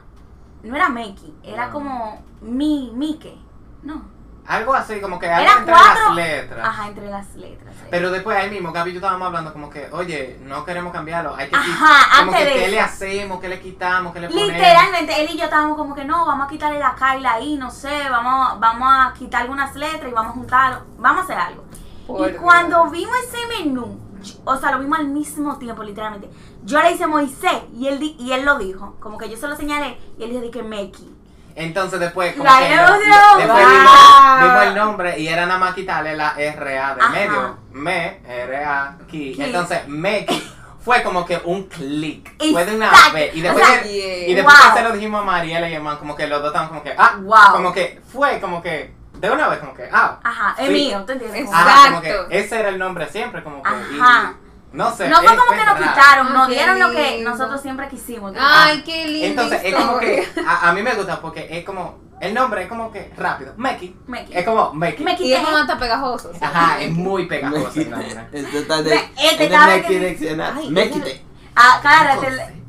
B: no era Meki, era
C: No.
B: como Mi, Mike, no.
C: Algo así, como que algo
B: Eran
C: entre
B: cuatro-
C: las letras.
B: Ajá, entre las letras. eh.
C: Pero después ahí mismo, Gaby y yo estábamos hablando como que, oye, no queremos cambiarlo, hay que
B: Ajá,
C: como
B: antes
C: que
B: de
C: qué
B: eso.
C: le hacemos, qué le quitamos, qué le ponemos.
B: Literalmente, él y yo estábamos como que no, vamos a quitarle la Kyla ahí, no sé, vamos, vamos a quitar algunas letras y vamos a juntarlo, vamos a hacer algo.
E: Por
B: y cuando vimos ese menú, yo- o sea, lo vimos al mismo tiempo, literalmente. Yo le hice Moisés y él, di- y él lo dijo, como que yo se lo señalé y él dijo de que Meki.
C: Entonces después, como
B: La
C: que
B: emoción.
C: después
B: Wow.
C: vimos, vimos el nombre y era nada más quitarle la RA de
B: Ajá.
C: medio. Me, RA, ki.
B: Ki.
C: Entonces, me ki, fue como que un clic. Fue de una
B: Exacto.
C: vez. Y
B: O
C: después,
B: sea,
C: que-
E: yeah.
C: y después
B: Wow.
C: que se lo dijimos a Mariela y a Emma, como que los dos estaban como que, ah,
B: Wow.
C: como que fue como que, de una vez, como que, ah.
B: Ajá, es
C: Sí. Ah,
B: mío, ¿te entiendes?
E: Exacto.
C: Ajá, como que ese era el nombre siempre, como que. y-
B: Ajá.
C: no sé.
B: No fue como
C: es
B: que nos
C: raro.
B: quitaron,
E: Ah,
B: nos
E: qué
B: dieron lo que
E: lindo. Ah.
B: nosotros siempre quisimos.
E: Ay, qué lindo.
C: Ah, Entonces, es como que. A, a mí me gusta porque es como. El nombre es como que rápido. Meki.
B: Meki.
C: Es como Meki.
B: Me
E: Y
B: quité.
E: es como hasta pegajoso. ¿sí?
C: Ajá, es muy
D: Me
C: pegajoso el nombre.
D: quité. Esto está de.
B: Me- este
D: es de
B: cada
D: me
B: vez que-
D: direccional.
E: Ay,
D: Me
E: esa-
D: quité.
B: Ah, cállate.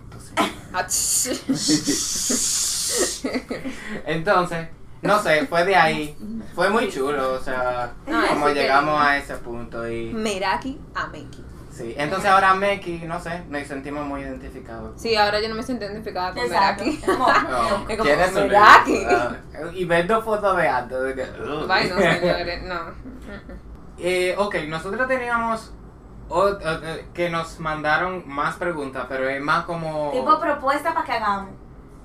E: Ach.
C: Entonces, no sé, fue de ahí. Fue muy chulo, o sea,
E: No, es
C: como
E: súper
C: llegamos
E: lindo.
C: a ese punto y.
E: Meraki a Meki.
C: Sí, entonces ahora Meki, no sé, nos sentimos muy identificados.
E: Sí, ahora yo no me siento identificada con
B: Exacto.
E: Meraki.
C: No,
E: Ah, Es como,
C: ¿quién es su
E: ¿verdad
C: novio? Ah, Y viendo fotos de antes. de que, ugh.
E: Ay, no, señores, no.
C: Eh, ok, nosotros teníamos ot- ot- que nos mandaron más preguntas, pero es más como...
B: Tipo propuesta para que hagamos.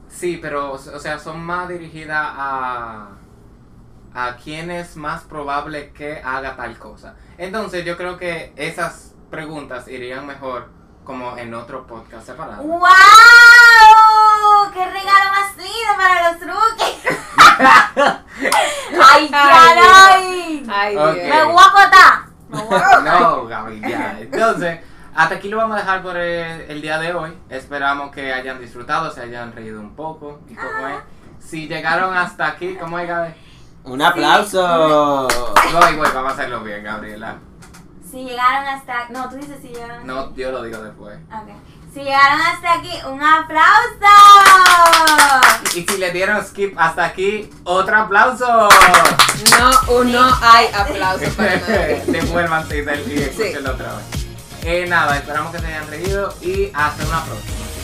C: sí, pero, o sea, son más dirigidas a... A quién es más probable que haga tal cosa. Entonces yo creo que esas preguntas irían mejor como en otro podcast separado.
B: ¡Wow! ¡Qué regalo más lindo para los truques! ¡Ay, caray!
E: Ay,
C: Ok.
E: Dios.
B: ¡Me voy a acotar! Me voy a acotar.
C: No, Gaby, ya. Entonces, hasta aquí lo vamos a dejar por el, el día de hoy. Esperamos que hayan disfrutado, se hayan reído un poco. ¿Y cómo es? Si llegaron hasta aquí, ¿cómo es, Gaby?
D: Un aplauso.
C: Voy, voy, vamos a hacerlo bien, Gabriela.
B: Si llegaron hasta... No, tú dices si llegaron hasta
C: No, yo lo digo después.
B: Ok. Si llegaron hasta aquí, ¡un aplauso!
C: Y si le dieron skip hasta aquí, otro aplauso.
E: No, oh, no hay aplausos para nadie.
C: Devuélvanse del y
E: Sí.
C: escúchenlo otra vez. Eh, nada, esperamos que se hayan reído y hasta una próxima.